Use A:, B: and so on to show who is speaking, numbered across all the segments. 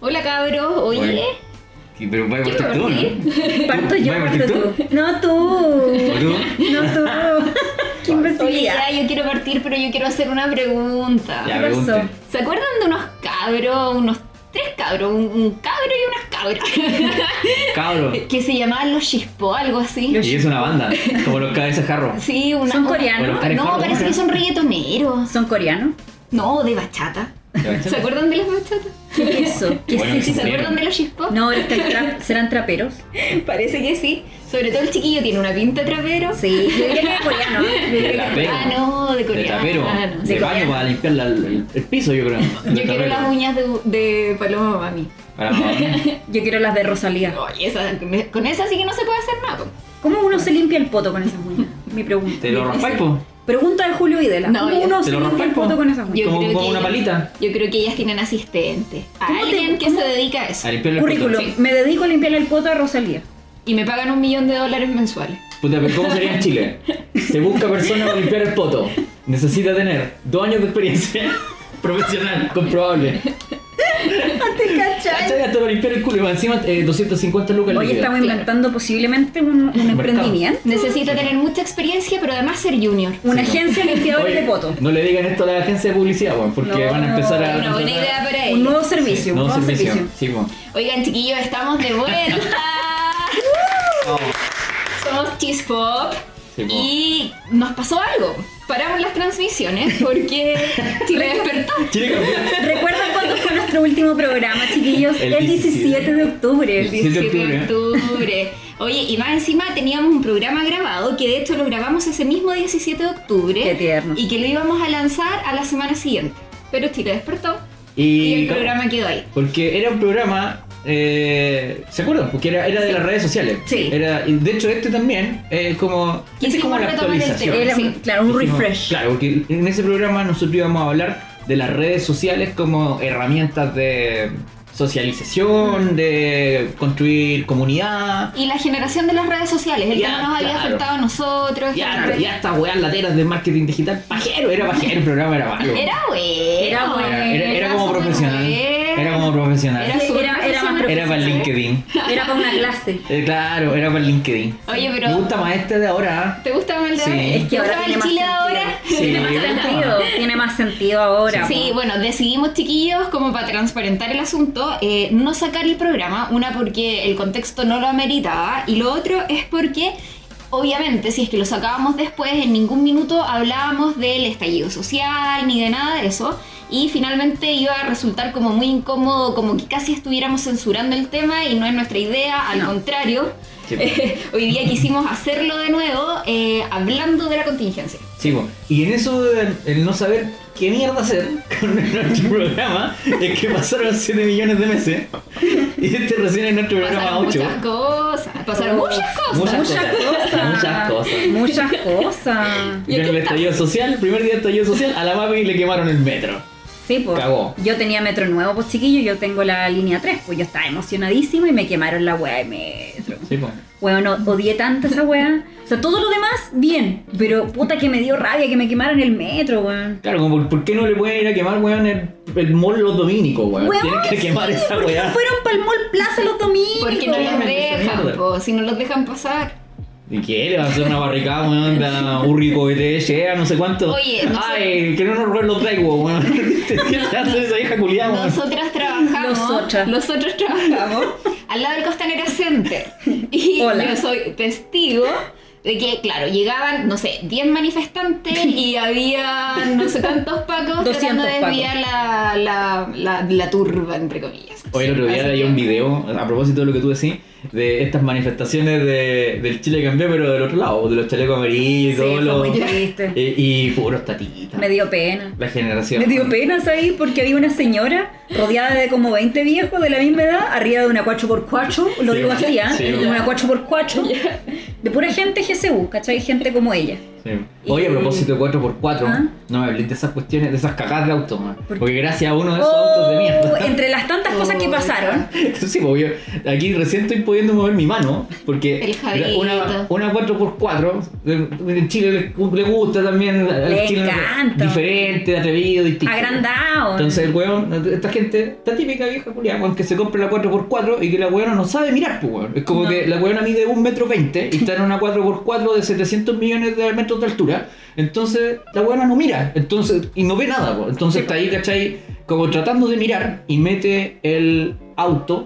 A: Hola cabros, oye.
B: Oye, ¿qué- Pero voy a partir tú, ¿no?
C: Parto yo,
B: Bueno,
C: parto
B: ¿tú?
C: tú. No tú.
B: ¿O tú?
C: No tú. Qué
A: Oye,
C: imbecilidad.
A: ya, yo quiero partir, pero yo quiero hacer una pregunta.
B: Ya,
C: ¿Qué pasó?
B: pregunte.
A: ¿Se acuerdan de unos cabros, unos tres cabros, un, un cabro y unas cabras?
B: Cabro.
A: que se llamaban los Chispo, algo así.
B: Y es una banda, como los cabezas jarro.
A: Sí, una,
C: ¿Son
A: una-
C: coreanos?
B: Bueno, Karen
A: No,
B: Jarro,
A: parece
B: ¿no?
A: que son reggaetoneros.
C: ¿Son coreanos?
A: No, de bachata. ¿Se acuerdan de las bachatas?
C: ¿Qué es eso? ¿Qué
B: Bueno,
C: es
A: ¿Sí
C: eso?
A: se acuerdan de los Chispo?
C: No, ahora está el tra- ¿serán traperos?
A: Parece que sí. Sobre todo el chiquillo tiene una pinta de trapero.
C: Sí, yo diría que es coreano. Yo diría
B: De
C: que-
B: tapero.
A: Ah, no, de
B: De
A: coreano.
B: tapero.
A: Ah, no, sí.
B: De baño para limpiar la- el, el piso, yo creo. De
A: Yo quiero
B: tapero.
A: las uñas de, de Paloma Mami.
B: Para mamá.
C: Yo quiero las de Rosalía.
A: Oye, esa- con esa sí que no se puede hacer nada. po.
C: ¿Cómo uno se limpia el poto con esas uñas? Mi pregunta.
B: Te lo rompáis, po.
C: Pregunta de Julio Videla.
A: No,
C: ¿Cómo
A: yo-
C: uno
B: Te
C: se
B: lo
C: limpia el
B: rompáis, po.
C: poto con esas uñas?
B: Como-
A: creo
B: como
A: que
B: una palita.
A: Yo creo que ellas tienen asistente. A
C: ¿Cómo te-
A: alguien que
C: cómo-
A: se dedica a eso.
B: A limpiar el
C: Currículum.
B: piso.
C: Me dedico a limpiar el poto a Rosalía.
A: Y me pagan un millón de dólares mensuales.
B: Puta, pero ¿cómo sería en Chile? Se busca persona para limpiar el poto. Necesita tener dos años de experiencia profesional, comprobable.
C: ¿Te cachai?
B: Hasta para limpiar el culo y más encima eh, 250 lucas
C: Hoy
B: líquidas.
C: estamos inventando posiblemente un, un emprendimiento.
A: Necesita tener mucha experiencia, pero además ser junior.
C: Una
B: Sí, no.
C: agencia limpiadora
B: Oye,
C: de poto.
B: No le digan esto a la agencia de publicidad, weón, porque
C: No,
B: van a empezar a.
A: Una buena idea para
C: Un
A: ellos.
C: nuevo servicio. un
B: No,
C: nuevo servicio.
B: servicio. Sí, weón.
A: Oigan, chiquillos, estamos de vuelta. Somos Cheese Pop.
B: Sí, po.
A: Y nos pasó algo. Paramos las transmisiones porque Chile despertó.
B: Chile campeón.
C: ¿Recuerdan cuándo fue nuestro último programa, chiquillos? El,
B: El
C: 17 de octubre.
B: El 17 de ¿eh?
A: de octubre. Oye, y más encima teníamos un programa grabado que de hecho lo grabamos ese mismo 17 de octubre.
C: Qué tierno.
A: Y que lo íbamos a lanzar a la semana siguiente. Pero Chile despertó
B: Y,
A: y el programa quedó ahí.
B: Porque era un programa. eh, ¿Se acuerdan? Porque era, era de las redes sociales.
A: Sí.
B: Era, y de hecho, este también es como. este es como
A: Quisimos
B: la
A: retomar el
B: actualización.
A: tema.
C: Era un-
A: Sí.
C: claro, un
B: Dijimos,
C: refresh.
B: Claro, porque en ese programa nosotros íbamos a hablar de las redes sociales como herramientas de socialización, de construir comunidad.
A: Y la generación de las redes sociales, el
B: Ya,
A: tema nos había
B: claro.
A: afectado a nosotros.
B: Ya,
A: etcétera.
B: ya estas weas lateras de marketing digital. Pajero, era pajero el programa, era malo.
A: Era bueno.
C: Era bueno,
B: Era- era- era como
A: súper
B: profesional.
A: bueno.
B: Era como profesional.
A: Era súper
C: Era- era más
A: profesional.
B: Era para el LinkedIn.
C: Era para una clase.
B: Eh, claro, era para el LinkedIn.
A: Oye, pero-
B: Me gusta más este de ahora.
A: ¿Te gusta el de
B: Sí.
A: ahora?
B: Es
C: Es que
A: ¿Te
C: ahora
A: gustaba
C: tiene
A: el
C: más
A: chile de
C: sentido.
A: ahora?
B: Sí,
C: tiene
B: me
C: más
B: gusta.
C: sentido. Tiene más sentido ahora.
A: Sí,
C: po.
A: bueno, decidimos, chiquillos, como para transparentar el asunto, eh, no sacar el programa, una porque el contexto no lo ameritaba y lo otro es porque, obviamente, si es que lo sacábamos después, en ningún minuto hablábamos del estallido social ni de nada de eso. Y finalmente iba a resultar como muy incómodo, como que casi estuviéramos censurando el tema y no es nuestra idea, al
C: No.
A: contrario.
B: Sí.
A: hoy día quisimos hacerlo de nuevo eh, hablando de la contingencia.
B: Sí, po. y en eso de- el no saber qué mierda hacer con nuestro programa, es que pasaron 7 millones de meses y este recién es nuestro programa
A: Pasaron
B: 8.
A: muchas cosas. Pasaron
C: Oh,
A: muchas cosas.
B: Muchas
C: Muchas
B: cosas.
C: cosas.
B: Muchas cosas.
C: Muchas cosas.
A: Y aquí
B: Vieron el
A: estamos.
B: estallido social, primer día de estallido social, a la Mavi le quemaron el metro.
C: Sí, pues.
B: Cagó.
C: Yo tenía metro nuevo, pues chiquillo, yo tengo la línea 3, pues yo estaba emocionadísima y me quemaron la weá de metro.
B: Sí, po.
C: Weón, no- odié tanto esa weá. O sea, todo lo demás, bien. Pero puta que me dio rabia que me quemaran el metro, weón.
B: Claro, como por, ¿por qué no le pueden ir a quemar, weón, el, el mall los dominicos, weón?
C: Weón,
B: Tienen que
C: sí,
B: quemar esa
C: ¿por qué
B: weá.
C: no fueron para el mall plaza los domingos?
A: Porque no los
B: Totalmente,
A: dejan,
B: mierda.
A: po, si no los dejan pasar.
B: ¿Y qué? Le va a hacer una barricada, weón, de Urrico, BTS, llega, no sé cuánto.
A: Oye, no sé.
B: Ay, que no nos roben los dragos, weón. ¿Qué te hace esa vieja culiada, weón?
A: Nosotras trabajamos.
C: Nosotras.
A: nosotros trabajamos al lado del Costanera Center. Y
C: Hola.
A: yo soy testigo de que, claro, llegaban, no sé, 10 manifestantes y había no sé cuántos pacos
C: 200
A: tratando de desviar la, la, la, la turba, entre comillas.
B: Hoy el otro día
A: Así
B: leí
A: que-
B: un video, a propósito de lo que tú decís, de estas manifestaciones de, del Chile cambió, pero del otro lado, de los chalecos amarillos y
C: Sí,
B: todo
C: fue
B: lo...
C: muy triste.
B: Y, y puros tatitas.
C: Me dio pena.
B: La generación.
C: Me dio penas ahí porque había una señora rodeada de como 20 viejos de la misma edad, arriba de una 4x4, lo
B: Sí,
C: digo así, ¿eh?
B: sí,
C: una 4x4, de pura gente GCU, ¿cachai? Gente como ella.
B: Sí. Oye, a propósito de 4x4,
C: ¿Ah?
B: no me hables de esas cuestiones, de esas cagadas de autos, man.
C: ¿Por
B: Porque gracias a uno de esos
C: Oh,
B: autos de mierda. Oh,
C: Entre las tantas cosas que abusaron.
B: Sí, pues yo aquí recién estoy pudiendo mover mi mano, porque
A: El Javito.
B: una, una 4x4, eh, en Chile le, le gusta también, al
C: Le
B: chileno,
C: encanta.
B: diferente, atrevido, distinto.
C: Agrandado.
B: Entonces el weón, esta gente, esta típica vieja culiada, weón, que se compra la 4x4 y que la weona no sabe mirar, pues weón. Es como
C: No.
B: que la weona mide 1,20 metro veinte y está en una 4x4 de 700 millones de metros de altura. Entonces la weona no mira, entonces, y no ve nada, pues. Entonces
C: Sí,
B: está ahí, ¿cachai? Como tratando de mirar y mete el auto,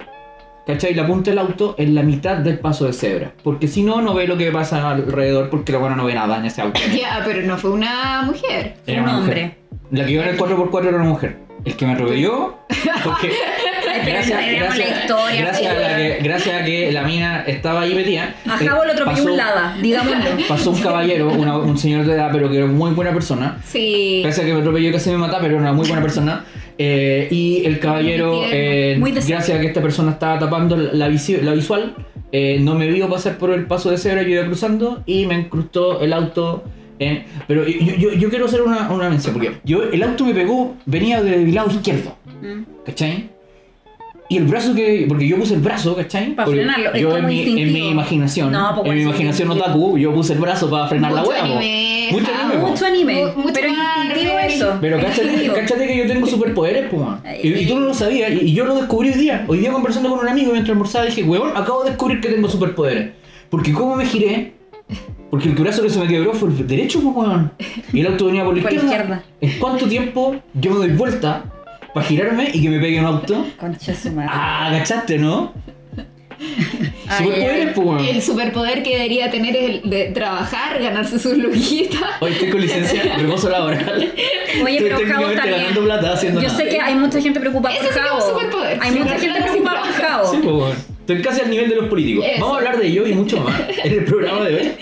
B: ¿cachai? La punta del auto en la mitad del paso de cebra. Porque si no, no ve lo que pasa alrededor porque la weona no ve nada en ese auto.
A: Ya, ah, pero no fue una mujer.
C: Fue un
B: una mujer.
C: hombre.
B: La que iba en el 4x4 era una mujer. El que me atropelló, porque.
C: pero no veamos la historia,
B: gracias, a la que, gracias a que la mina estaba ahí metida.
C: A
B: eh,
C: Jabo lo atropelló
B: pasó-
C: un lada, digámoslo.
B: Pasó un caballero, una- un señor de edad, pero que era muy buena persona.
A: Sí.
B: Gracias a que me atropelló y casi me mata, pero era una muy buena persona. Eh, y el caballero,
A: Muy tierno,
B: eh,
C: muy decente.
B: gracias a que esta persona estaba tapando la, visi- la visual, eh, no me vio pasar por el paso de cebra, yo iba cruzando y me incrustó el auto. en- pero yo, yo- yo quiero hacer una, una mención, porque yo, el auto me pegó, venía del lado izquierdo,
C: Mm.
B: ¿cachai? Y el brazo que. Porque yo puse el brazo, ¿cachai?
C: Pa'
B: Porque
C: frenarlo, es
B: Yo
C: como
B: en mi, en mi
C: instintivo.
B: imaginación.
C: No, pues,
B: en mi
C: bueno,
B: imaginación
C: instintivo.
B: otaku, yo puse el brazo para frenar
A: Mucho
B: la hueá.
A: anime,
B: po. Mucho
A: ja,
B: anime, po.
C: Mucho anime,
A: Mu- mucho
C: pero instintivo
A: Marvel.
C: eso.
B: Pero cáchate,
C: instintivo.
B: cáchate que yo tengo superpoderes, pues. man. Y, y tú no lo sabías, y, y yo lo descubrí hoy día. Hoy día conversando con un amigo mientras almorzaba dije, weón, acabo de descubrir que tengo superpoderes. Porque cómo me giré, porque el brazo que se me quebró fue el derecho, pues, weón. Y el auto venía por la
C: Por la
B: izquierda.
C: izquierda.
B: ¿En cuánto tiempo yo me doy vuelta para girarme y que me pegue un auto?
C: Concha su madre.
B: Ah, cachaste, ¿no?
C: Ay,
B: superpoderes,
C: ay,
B: pues, weón.
A: El superpoder que debería tener es el de trabajar, ganarse sus lujitas.
B: Hoy estoy con licencia, reposo laboral.
C: Oye,
B: Estoy
C: pero Jabo
B: técnicamente ganando
C: también.
B: plata haciendo
C: Yo
B: nada.
C: sé que hay mucha gente preocupada
A: Ese
C: por
A: sí que es un
C: Jabo.
A: superpoder.
C: Hay
A: Sí,
C: mucha
A: la
C: gente
A: plata
C: preocupada por
A: sin
C: Jabo.
B: Sí, pues, bueno. Estoy casi al nivel de los políticos.
A: Eso.
B: Vamos a hablar de ellos y mucho más en el programa de hoy.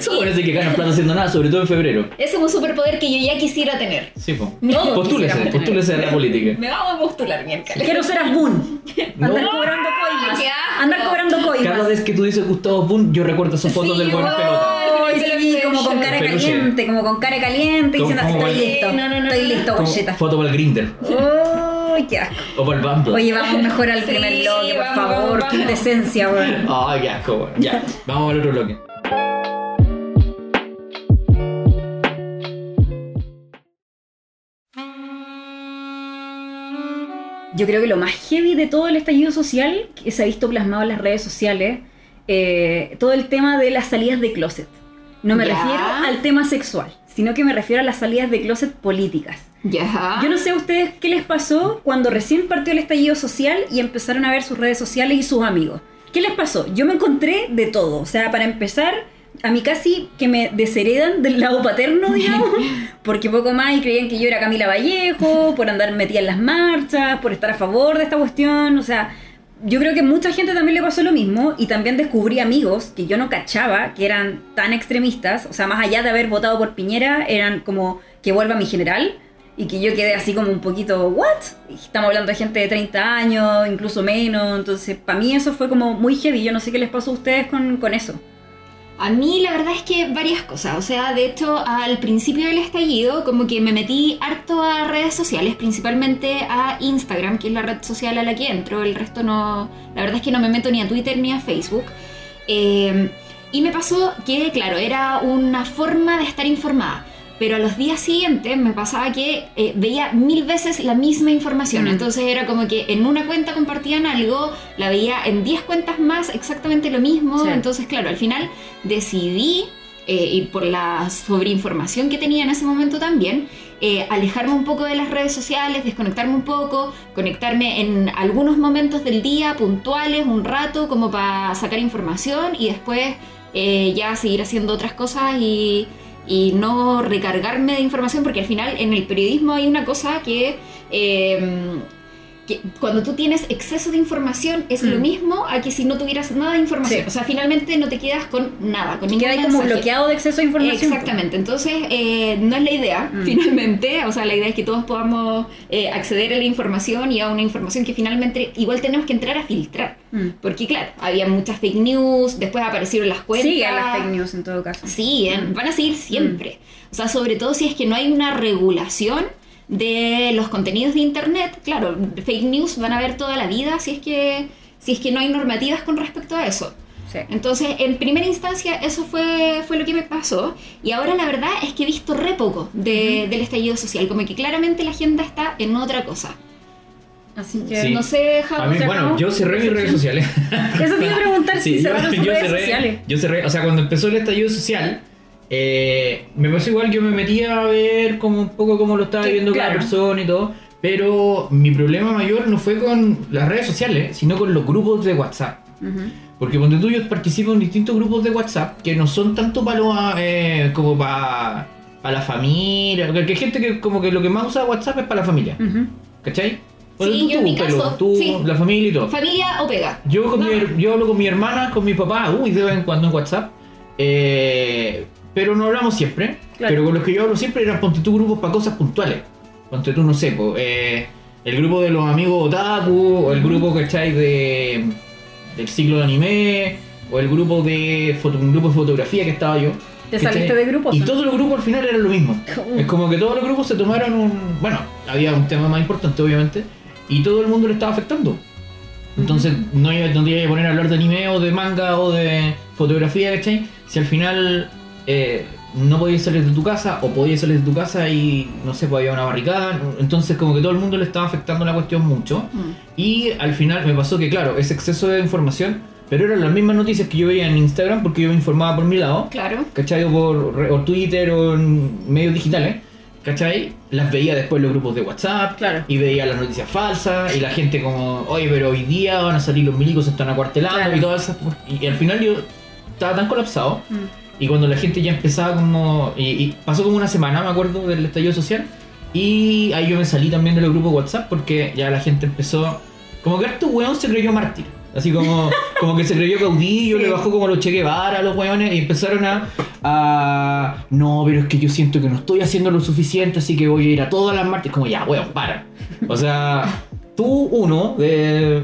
B: Son buenos que ganan plata haciendo nada, sobre todo en febrero.
A: Ese es un superpoder que yo ya quisiera tener.
B: Sí, po.
C: Todos
B: Postúlese,
C: quisiéramos
B: postúlese a la política.
A: Me vamos a postular, miércoles.
C: Quiero ser Asbun. Andar
B: No.
C: cobrando coimas.
A: qué asco.
C: Andar cobrando
B: Cada
C: coimas.
B: vez que tú dices Gustavo Boom, yo recuerdo esos
A: Sí,
B: fotos del buen en pelota.
C: Ay, sí, como con cara
B: Peluche.
C: caliente, como con cara caliente,
B: ¿Cómo-
C: diciendo,
B: cómo
C: estoy
B: va?
C: listo,
A: No, no, no,
C: estoy
A: no, no.
C: listo,
B: Como
C: golleta.
B: Foto para el Grinder
C: Uy, qué asco.
B: o para el Bumble.
C: Oye, vamos mejor al
A: Sí,
C: primer bloque, por
A: vamos,
C: favor.
A: vamos,
C: Qué
A: vamos.
C: decencia, weón.
B: Ay, qué asco, bueno. Ya, vamos al otro bloque.
C: Yo creo que lo más heavy de todo el estallido social que se ha visto plasmado en las redes sociales, eh, todo el tema de las salidas de closet. No me
A: Ya.
C: refiero al tema sexual, sino que me refiero a las salidas de closet políticas.
A: Ya.
C: Yo no sé a ustedes qué les pasó cuando recién partió el estallido social y empezaron a ver sus redes sociales y sus amigos. ¿Qué les pasó? Yo me encontré de todo. O sea, para empezar, a mí casi que me desheredan del lado paterno, digamos, porque poco más y creían que yo era Camila Vallejo, por andar metida en las marchas, por estar a favor de esta cuestión. O sea, yo creo que mucha gente también le pasó lo mismo y también descubrí amigos que yo no cachaba que eran tan extremistas. O sea, más allá de haber votado por Piñera, eran como que vuelva mi general. Y que yo quedé así como un poquito, ¿what? Y Estamos hablando de gente de 30 años, incluso menos. Entonces, para mí eso fue como muy heavy. Yo no sé qué les pasó a ustedes con, con eso.
A: A mí la verdad es que varias cosas, o sea, de hecho al principio del estallido como que me metí harto a redes sociales, principalmente a Instagram, que es la red social a la que entro, el resto no, la verdad es que no me meto ni a Twitter ni a Facebook. Eh, y me pasó que, claro, era una forma de estar informada. Pero a los días siguientes me pasaba que eh, veía mil veces la misma información.
C: Mm.
A: Entonces era como que en una cuenta compartían algo, la veía en 10 cuentas más exactamente lo mismo.
C: Sí.
A: Entonces, claro, al final decidí, eh, y por la sobreinformación que tenía en ese momento también, eh, alejarme un poco de las redes sociales, desconectarme un poco, conectarme en algunos momentos del día puntuales, un rato, como para sacar información y después eh, ya seguir haciendo otras cosas y, y no recargarme de información, porque al final en el periodismo hay una cosa que... eh, que cuando tú tienes exceso de información es lo
C: Mm.
A: mismo a que si no tuvieras nada de información.
C: Sí.
A: O sea, finalmente no te quedas con nada, con ningún
C: Queda ahí como
A: mensaje.
C: bloqueado de exceso de información. pues.
A: Exactamente, entonces eh, no es la idea,
C: Mm.
A: finalmente, o sea, la idea es que todos podamos eh, acceder a la información y a una información que finalmente igual tenemos que entrar a filtrar,
C: Mm.
A: porque claro, había muchas fake news, después aparecieron las cuentas.
C: Sigan las fake news en todo caso.
A: Sí, eh, van a seguir siempre. O sea, sobre todo si es que no hay una regulación de los contenidos de internet, claro, fake news van a haber toda la vida si es que, si es que no hay normativas con respecto a eso.
C: Sí.
A: Entonces, en primera instancia, eso fue, fue lo que me pasó. Y ahora la verdad es que he visto re poco de- del estallido social. Como que claramente la agenda está en otra cosa.
C: Así que
B: Sí.
A: No sé,
B: A
A: Javi.
B: mí, bueno, yo cerré mis redes sociales.
C: Eso te iba a preguntar si
B: Sí, yo,
C: cerraron sus
B: yo
C: redes
B: cerré,
C: sociales.
B: yo cerré, o sea, cuando empezó el estallido social, eh, me pasó igual que yo me metía a ver como un poco cómo lo estaba
C: Sí,
B: viviendo cada
C: claro.
B: persona y todo, pero mi problema mayor no fue con las redes sociales, sino con los grupos de WhatsApp.
C: Ujú.
B: Porque ponte tú, yo participo en distintos grupos de WhatsApp que no son tanto para los, eh, como para para la familia, porque hay gente que como que lo que más usa WhatsApp es para la familia,
C: Ujú.
B: ¿cachai?
A: Sí, yo en
B: tú,
A: mi
B: Pelo,
A: caso,
B: tú,
A: sí.
B: la familia y todo.
A: Familia o pega.
B: Yo, con
A: No.
B: mi her- yo hablo con mi hermana, con mi papá, uy, de vez en cuando en WhatsApp. eh, pero no hablamos siempre.
C: Claro.
B: Pero con los que yo hablo siempre eran ponte tú grupos para cosas puntuales. Ponte tú, no sé, po, eh, el grupo de los amigos otaku, o el grupo, ¿cachai? De, del ciclo de anime, o el grupo de, foto- un grupo de fotografía que estaba yo.
C: Te
B: ¿cachai?
C: saliste de grupos.
B: Y
C: ¿no? Uh.
B: todos los grupos al final eran lo mismo. Es como que todos los grupos se tomaron un. Bueno, había un tema más importante, obviamente, y todo el mundo le estaba afectando. Entonces, no, iba, no te iba a poner a hablar de anime o de manga o de fotografía, ¿cachai? Si al final eh, no podías salir de tu casa o podías salir de tu casa y no sé, pues había una barricada. Entonces, como que todo el mundo le estaba afectando la cuestión mucho.
A: Mm.
B: Y al final me pasó que, claro, ese exceso de información, pero eran las mismas noticias que yo veía en Instagram porque yo me informaba por mi lado.
A: Claro.
B: ¿cachai? O por re- o Twitter o en medios digitales, ¿cachai? Las veía después en los grupos de WhatsApp
C: Claro.
B: y veía las noticias falsas y la gente como, oye, pero hoy día van a salir los milicos, se están acuartelando
C: Claro.
B: y todas esas... Y, y al final yo estaba tan colapsado
C: Mm.
B: y cuando la gente ya empezaba como... Y, y pasó como una semana, me acuerdo, del estallido social y ahí yo me salí también de los grupos de WhatsApp porque ya la gente empezó... Como que harto weón se creyó mártir. Así como, como que se creyó caudillo,
C: Sí.
B: le bajó como los Che Guevara a los weones y empezaron a, a, No, pero es que yo siento que no estoy haciendo lo suficiente, así que voy a ir a todas las marchas. Como ya, weón, para. O sea, tú, uno, de.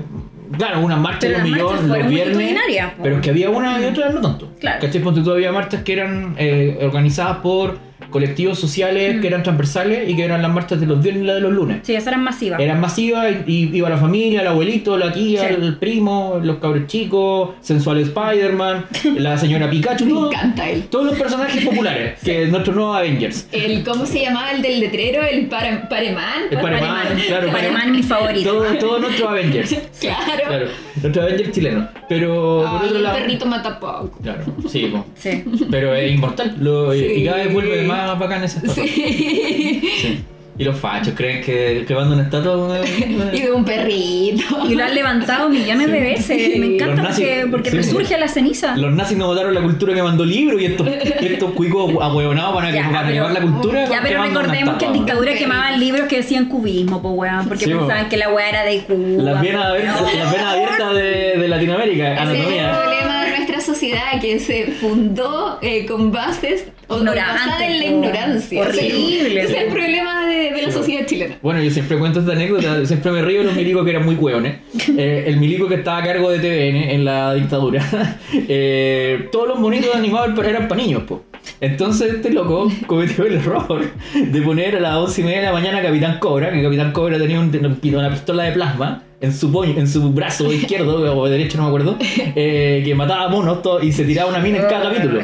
B: Claro, una marcha
C: Pero
B: de un
C: las marchas
B: millón los
C: fueron
B: viernes.
C: multitudinarias, po.
B: Pero es que había una y otra no tanto.
C: Claro.
B: ¿Cachai? Este, Ponte tú, había marchas que eran eh, organizadas por colectivos sociales,
C: Mm.
B: que eran transversales y que eran las marchas de los viernes y las de los lunes.
C: Sí, esas eran masivas.
B: Eran masivas y, y iba la familia, el abuelito, la tía,
C: Sí.
B: el primo, los cabros chicos, sensual Spider-Man, la señora Pikachu,
A: Me
B: todo-
A: encanta él.
B: todos los personajes populares, que es nuestro nuevo Avengers.
A: El, ¿Cómo se llamaba el del letrero? El para- Pareman.
B: El Pareman, claro,
C: Pareman, mi favorito.
B: Todo, todo nuestro Avengers.
A: Claro.
B: Claro, nuestro Avengers chileno. Pero por
A: Ay,
B: otro
A: el
B: lado.
A: perrito mata poco.
B: Claro, sí, po.
C: Sí.
B: pero es inmortal. Lo, y- Y cada vez vuelve más bacán esa estatua.
A: Sí.
B: Sí. Y los fachos creen que, que van de una estatua.
A: Y de un perrito.
C: Y lo han levantado millones de veces. Me encanta
B: Los nazis-
C: porque, porque
B: sí.
C: resurge a la ceniza.
B: Los nazis no votaron la cultura que mandó libro y estos, y estos cuicos ahueonados van a
C: Ya,
B: van a
C: pero-
B: llevar la cultura.
C: Ya, pero
B: quemando una
C: recordemos que en
B: estatua, weón.
C: dictadura
A: Ok.
C: quemaban libros que decían cubismo, pues weón, porque
B: Sí, po.
C: pensaban que la weá era de Cuba.
B: Las venas abiertas, las venas abiertas de, de Latinoamérica,
A: Ese es el
B: anatomía.
A: problema de nuestra sociedad que se fundó eh, con bases o
C: Ignorante,
A: basada en la
C: po.
A: ignorancia.
C: Horrible,
A: Ese es el
B: po.
A: problema de, de la
B: Sí, po.
A: sociedad chilena.
B: Bueno, yo siempre cuento esta anécdota, siempre me río de los milicos que eran muy hueones. Eh, el milico que estaba a cargo de TVN en la dictadura, eh, todos los monitos animados pero eran para niños, po. Entonces este loco cometió el error de poner a las 11 y media de la mañana a Capitán Cobra, que Capitán Cobra tenía un- una pistola de plasma en su puño, en su brazo izquierdo o derecho, no me acuerdo, eh, que mataba monos todo, y se tiraba una mina en cada capítulo.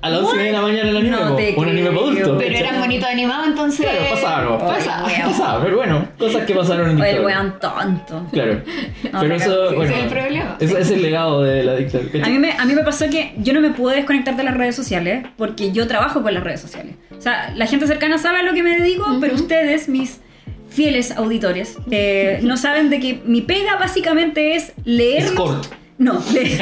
B: A las 11 y media de la mañana el anime,
C: No
B: po,
C: te
B: un anime para
C: creo.
B: adultos.
A: Pero eran bonitos animados, entonces.
B: Claro, pasaba, pues. ¿no?
A: Pasaba.
C: Ay,
B: Pasaba, pero bueno, cosas que pasaron en
C: O el
B: dictadura.
C: weón tonto.
B: Claro.
C: No,
B: pero
C: pero
B: eso,
C: sí,
B: bueno,
A: ese es el problema.
B: eso- ese es el legado de la dictadura.
C: A
B: ¿cachai?
C: mí, me, a mí me pasó que yo no me pude desconectar de las redes sociales porque yo trabajo con las redes sociales. O sea, la gente cercana sabe a lo que me dedico, pero ustedes, mis fieles auditores, eh, no saben de que mi pega básicamente es leer...
B: Escort.
C: No, leer.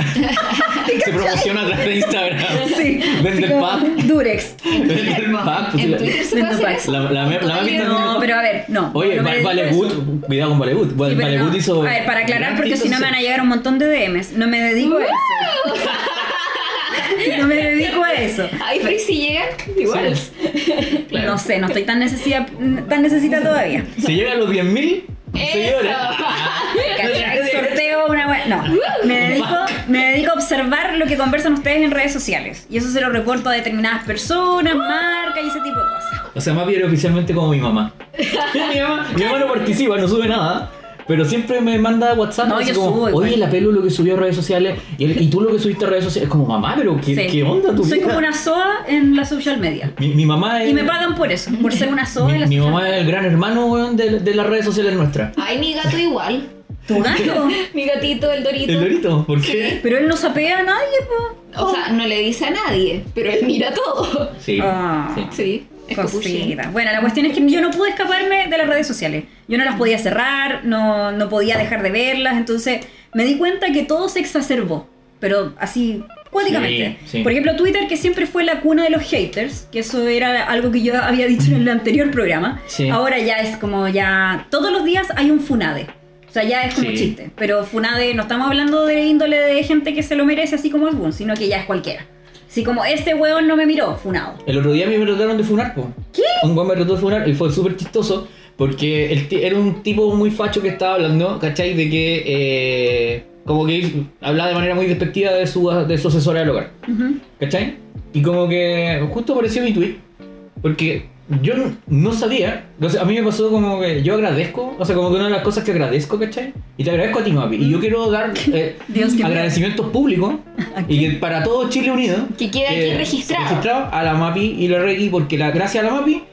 B: Se promociona a través de Instagram.
C: sí.
B: Vende el
C: como
B: pack.
C: Durex.
B: Vende el
A: Enfermo.
B: pack. pues,
A: En
B: la-
A: Twitter se puede
C: Vendo
A: hacer
C: pack.
A: eso.
B: La, la, me- la mamita
C: No, pero a ver, no.
B: Oye,
C: no me
B: Val-
C: dedico a eso.
B: Valegut, cuidado con Valegut. Val-
C: Sí, pero
B: Valegut
C: no.
B: hizo.
C: A ver, para aclarar, porque si no me van a llegar un montón de DMs. No me dedico a eso. no me dedico a eso.
A: Ay, pero ¿y si llegan, igual.
B: Sí. Claro.
C: No sé, no estoy tan necesita, tan necesita todavía.
B: Si llega a los 10.000
A: Eso.
B: seguidores.
C: ¿Cachai? Sorteo una wea- No, me dedico, me dedico a observar lo que conversan ustedes en redes sociales. Y eso se lo reporto a determinadas personas, marcas y ese tipo de cosas.
B: O sea, Mapi era oficialmente como mi mamá. mi, mamá, mi mamá no participa, no sube nada. Pero siempre me manda WhatsApp
C: No,
B: así
C: yo
B: como,
C: subo igual.
B: oye, la pelu lo que subió a redes sociales y, el- y tú lo que subiste a redes sociales. Es como, mamá, pero ¿qué,
C: Sí.
B: qué onda tu
C: Soy
B: vida?"
C: como una SOA en la social media.
B: mi, mi mamá es...
C: Y me pagan por eso, por ser una SOA
B: mi,
C: en la
B: mi
C: social
B: mamá es el gran hermano weón, de, de las redes sociales nuestras.
A: Ay, mi gato igual.
C: ¿Tu gato?
A: Mi gatito, el dorito.
B: ¿El Dorito? ¿Por qué?
C: Pero él no sapea a nadie, po.
A: O sea, no le dice a nadie, pero él mira todo.
B: Sí.
C: Ah.
B: sí.
A: Sí, es capuchino.
C: Cosita. Bueno, la cuestión es que yo no pude escaparme de las redes sociales. Yo no las podía cerrar, no, no podía dejar de verlas. Entonces me di cuenta que todo se exacerbó, pero así cuánticamente.
B: Sí, sí.
C: Por ejemplo, Twitter, que siempre fue la cuna de los haters, que eso era algo que yo había dicho en el anterior programa.
B: Sí.
C: Ahora ya es como ya. Todos los días hay un Funade. O sea, ya es como
B: Sí.
C: chiste. Pero Funade, no estamos hablando de índole de gente que se lo merece así como es Boon, sino que ya es cualquiera. Así como este hueón no me miró, Funado.
B: El otro día a mí me trataron de funar, po. ¿Qué? Un guan me trató de funar y fue súper chistoso porque el ti- era un tipo muy facho que estaba hablando, ¿cachai? De que, eh, como que hablaba de manera muy despectiva de su, de su asesora del hogar,
C: Ujú.
B: ¿cachai? Y como que justo apareció mi tweet porque yo no, no sabía, no sé, a mí me pasó como que yo agradezco, o sea, como que una de las cosas que agradezco, ¿cachai? Y te agradezco a ti, Mapi, y yo quiero dar eh,
C: Dios, qué
B: agradecimientos públicos y que para todo Chile unido
A: Que quede aquí registrado.
B: a la MAPI y la REGI, porque la gracias a la MAPI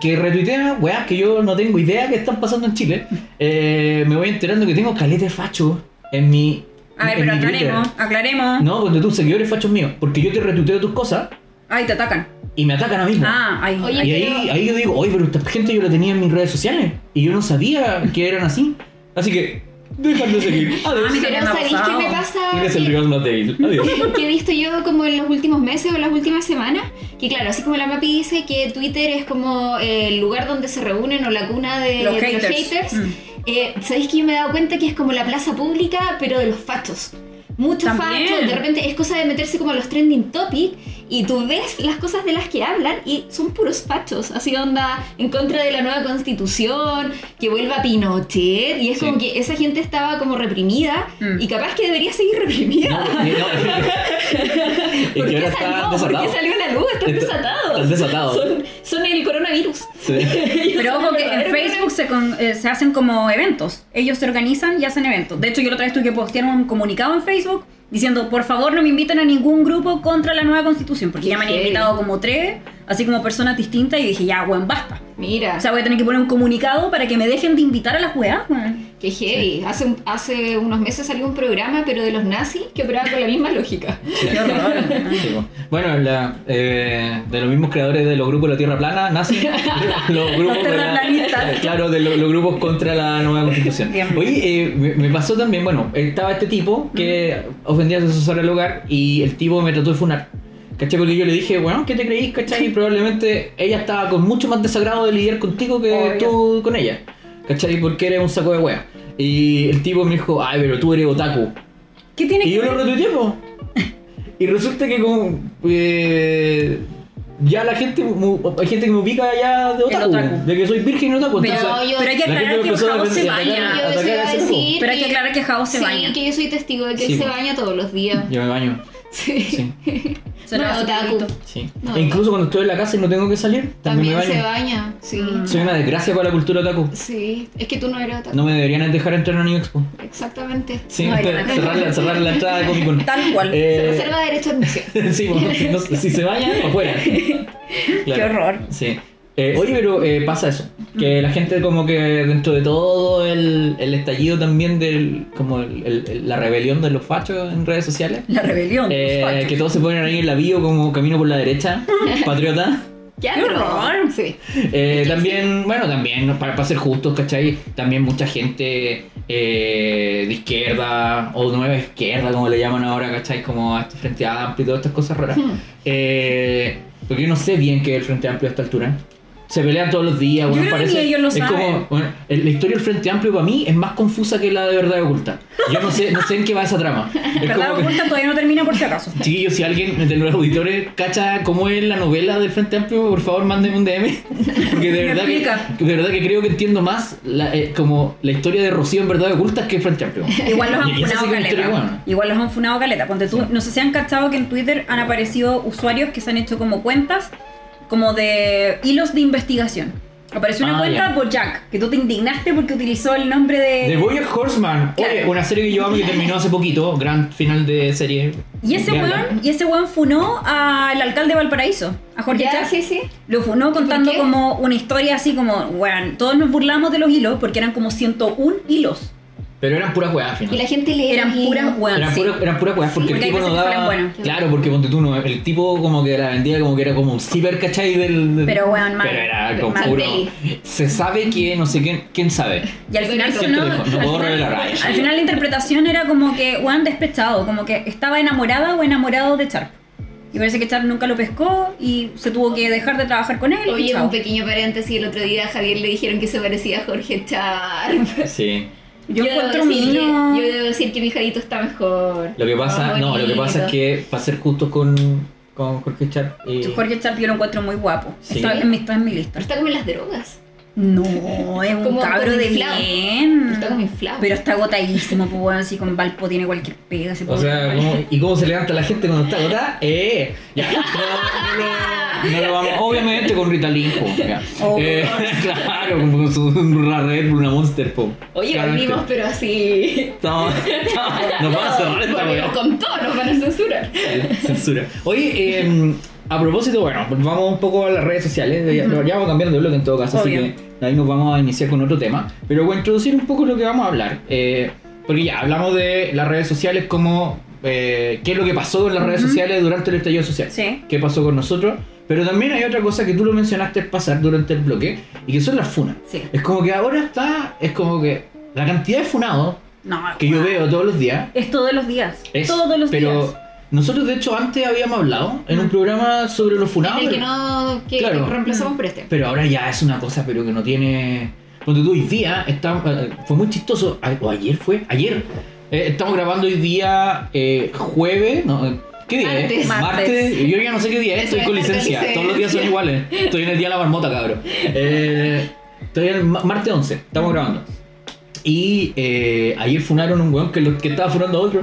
B: que retuitea weas que yo no tengo idea que están pasando en Chile, eh, me voy enterando que tengo calete facho en mi.
C: A ver,
B: en
C: pero
B: mi Twitter.
C: aclaremos, aclaremos.
B: No, porque tus seguidores fachos míos, porque yo te retuiteo tus cosas
C: Ay, te atacan.
B: y me atacan a mí. po.
C: Ah, ay.
A: Oye,
B: y ahí,
A: pero-
B: ahí yo digo, oye, pero esta gente yo la tenía en mis redes sociales y yo no sabía que eran así. Así que, dejan de seguir. Adiós.
C: Ah, mira.
A: Pero
C: me ha
A: ¿sabéis qué
C: pasado.
A: me pasa?
B: Eres el
A: Que-
B: rival más débil. Adiós. eh,
A: que he visto yo como en los últimos meses o las últimas semanas, que claro, así como la MAPI dice que Twitter es como eh, el lugar donde se reúnen o la cuna de de
C: Los
A: los
C: haters.
A: haters,
C: Mm.
A: eh, sabéis que yo me he dado cuenta que es como la plaza pública, pero de los fachos. Muchos
C: También.
A: fachos, de repente es cosa de meterse como a los trending topic y tú ves las cosas de las que hablan y son puros fachos, así onda en contra de la nueva constitución, que vuelva Pinochet y es
B: Sí.
A: como que esa gente estaba como reprimida
C: Mm.
A: y capaz que debería seguir reprimida.
B: No, no, es que
A: ¿Por qué, salió?
B: ahora está
A: ¿Por
B: desatado.
A: qué salió la luz? Están
B: Está-
A: desatados.
B: están desatados.
A: Son, son el coronavirus.
B: Sí.
C: Pero ojo que en Facebook se, con- eh, se hacen como eventos. Ellos se organizan y hacen eventos. De hecho, yo la otra vez tuve que postear un comunicado en Facebook diciendo, por favor, no me inviten a ningún grupo contra la nueva constitución. Porque
A: Qué
C: ya me han
A: heavy.
C: invitado como tres, así como personas distintas. Y dije, ya, weón, basta.
A: Mira,
C: O sea, voy a tener que poner un comunicado para que me dejen de invitar a las weas, weón.
A: qué heavy. Hace, un- hace unos meses salió un programa, pero de los nazis, que operaba con la misma lógica.
C: Qué horror. weón.
B: Sí, po. Bueno, la, eh, de los mismos creadores de los grupos de la Tierra Plana, nazi, los grupos de la-
C: terraplanistas.
B: claro, de lo- los, grupos contra la nueva constitución.
C: Bien.
B: Oye, eh, me, me pasó también, bueno, estaba este tipo que
C: Mm.
B: ofendía a su asesor al hogar y el tipo me trató de funar. ¿Cachai? Porque yo le dije, bueno, ¿qué te creís? ¿Cachai? Y probablemente ella estaba con mucho más desagrado de lidiar contigo que
C: Obvio.
B: tú con ella. ¿Cachai? Porque eres un saco de wea. Y el tipo me dijo, ay, pero tú eres otaku.
C: ¿Qué tiene
B: Y
C: que
B: yo lo
C: ver?
B: retuiteé, po. Y resulta que como... eh, ya la gente... mu- Hay gente que me ubica ya de otaku.
C: otaku.
B: De que soy virgen y otaku.
A: Pero
B: entonces,
A: yo-
C: Pero hay
B: la
C: que
B: gente
C: aclarar
B: me
C: que
B: empezó a
C: Jao se
B: defender,
C: baña.
B: atacar-
A: Yo les
B: atacar
A: iba
B: a
A: a
B: ese tipo.
A: decir
C: Pero hay que aclarar que Jao se
A: sí,
C: baña.
A: que yo soy testigo de que
B: Sí,
A: él se
B: po.
A: baña todos los días.
B: Yo me baño.
A: Sí.
B: Sí.
C: Será
A: No,
C: su
A: otaku.
C: pelito.
B: sí.
A: No,
B: e incluso cuando estoy en la casa y no tengo que salir, también,
A: También
B: me
A: se
B: baño.
A: baña, sí.
C: Mm.
B: Soy una desgracia para la cultura otaku.
A: Sí, es que tú no eres otaku.
B: No me deberían dejar entrar a New Expo.
A: Exactamente.
B: Sí,
C: No,
B: este-
C: no.
B: cerrar, la, cerrar la entrada de Comic Con.
C: Tal cual.
A: Se
B: Eh,
A: reserva derecho a admisión.
B: sí, bueno, no sé, si se baña, afuera.
C: Qué
B: Claro.
C: horror. Mm.
B: Sí. Eh, oye, pero eh, pasa eso, que la gente como que dentro de todo el, el estallido también del, como el- el- el- la rebelión de los fachos en redes sociales,
C: La rebelión.
B: eh,
C: los fachos.
B: que todos se ponen ahí en la bio como camino por la derecha, patriota.
A: ¡Qué
C: horror!
A: horror! Sí.
B: Eh, también, bueno, también, ¿no? para, para ser justos, ¿cachai? También mucha gente eh, de izquierda o nueva izquierda, como le llaman ahora, ¿cachai? Como a este Frente Amplio y todas estas cosas raras.
A: Hmm.
B: Eh, porque yo no sé bien qué es el Frente Amplio a esta altura. Se pelean todos los días,
C: Yo
B: bueno,
C: creo que
B: parece.
C: ni ellos lo
B: es
C: saben.
B: como, bueno, el- la historia del Frente Amplio para mí es más confusa que la de verdad oculta. Yo no sé, no sé en qué va esa trama. Es
C: Verdad
B: como que-
C: oculta todavía no termina por si acaso.
B: Chiquillos, si alguien de los auditores cacha cómo es la novela del Frente Amplio, por favor mándenme un DM. Porque de
C: Me
B: verdad,
C: explica.
B: que, de verdad que creo que entiendo más la, eh, como la historia de Rocío en verdad ocultas que el Frente Amplio.
C: Igual los
B: Y
C: han
B: esa sí
C: funado
B: que es
C: caleta.
B: historia buena.
C: Igual los han funado caleta. Ponte tú, no sé si han cachado que en Twitter han aparecido usuarios que se han hecho como cuentas, como de hilos de investigación. Apareció una
B: Ah,
C: cuenta
B: ya.
C: por Jack, que tú te indignaste porque utilizó el nombre de...
B: The Bojack Horseman,
C: Claro.
B: oye, una serie que yo amo que terminó hace poquito, gran final de serie.
C: Y ese
B: Veanla.
C: weón, y ese weón funó al alcalde de Valparaíso, a Jorge
A: Ya,
C: Jack.
A: sí, sí.
C: Lo funó contando
A: qué?
C: como una historia así como, weón, todos nos burlamos de los hilos porque eran como 101 hilos.
B: Pero eran puras weas al
A: Y
B: final.
A: la gente le
C: Eran puras weón.
B: Eran,
C: sí.
B: puras- eran puras weas porque
C: Sí,
B: el
C: porque hay
B: tipo no
C: veces que salen
B: daba.
C: buenas.
B: Claro, porque ponte tú, no, el tipo como que la vendía como que era como un ciber, ¿cachai? Del, del-
C: Pero weón, mal.
B: Pero era como
C: Mal.
B: puro.
A: peli.
B: Se sabe que no sé quién, quién sabe.
C: Y al final
A: Pero
C: sonó-
B: no
C: al
B: puedo
C: final-
B: revelar, ay,
C: al final la interpretación era como que Juan despechado, como que estaba enamorada o enamorado de Sharp. Y parece que Sharp nunca lo pescó y se tuvo que dejar de trabajar con él. y
A: Oye,
C: chao.
A: un pequeño paréntesis, el otro día a Javier le dijeron que se parecía a Jorge Charp.
B: Sí.
C: yo,
A: debo
C: encuentro un
A: decir que-
C: niño-
A: Yo debo decir que mi Jadito está mejor.
B: Lo que pasa,
A: Más
B: no, lo que pasa es
A: bonito.
B: que para ser justos con, con Jorge Chap. eh,
C: Jorge Sharp yo lo encuentro muy guapo.
B: Sí.
C: Está, en mi, está en mi lista.
A: Pero está como en las drogas.
C: No, es un
A: Como-
C: cabro
A: como
C: de
A: inflado.
C: bien.
A: Está como inflado.
C: Pero está agotadísimo, pues bueno, así con Valpo tiene cualquier pega. se
B: O
C: puede-
B: sea, ¿cómo- ¿y cómo se levanta la gente cuando está agotada? ¡Eh! Ya. No, no lo- no lo vamos. Obviamente con Rita Lee, po, ya.
C: Oh.
B: Eh, claro, como con su una Red Bull, una Monster, po.
A: Oye,
B: Claramente.
A: volvimos, pero así.
B: Estamos- estamos- nos van a cerrar esta
A: Volvimos
B: weá.
A: con todo, nos van a censurar.
B: Censura. Oye, eh, a propósito, bueno, vamos un poco a las redes sociales. Ya, ya vamos cambiando de bloque en todo caso, así
C: Obvio.
B: que ahí nos vamos a iniciar con otro tema. Pero voy a introducir un poco lo que vamos a hablar. eh, porque ya hablamos de las redes sociales como eh, qué es lo que pasó con las redes sociales durante el estallido social.
C: Sí.
B: ¿Qué pasó con nosotros? Pero también hay otra cosa que tú lo mencionaste pasar durante el bloque y que son las funas.
C: Sí.
B: Es como que ahora está, es como que la cantidad de funados
C: No,
B: que yo
C: guau.
B: veo todos los días
C: Es todos los días.
B: es,
C: todos los
B: pero
C: días.
B: nosotros de hecho antes habíamos hablado en un
C: Mm.
B: programa sobre los funados,
A: En el que
B: pero-
A: no. que
B: Claro.
A: reemplazamos por este.
B: pero ahora ya es una cosa pero que no tiene... Cuando tú hoy día, está- eh, fue muy chistoso, a- o ayer fue, ayer, Eh, estamos grabando hoy día eh, jueves, no, eh, ¿qué día
A: Martes.
B: es? Martes. yo ya no sé qué día es,
A: Eso
B: estoy con
A: es martes,
B: licencia,
A: licencia.
B: todos los días son iguales, estoy en el día de la marmota cabrón. Eh, estoy en el ma- martes 11, estamos grabando. Y eh, ayer funaron un weón que, lo- que estaba funando a otro.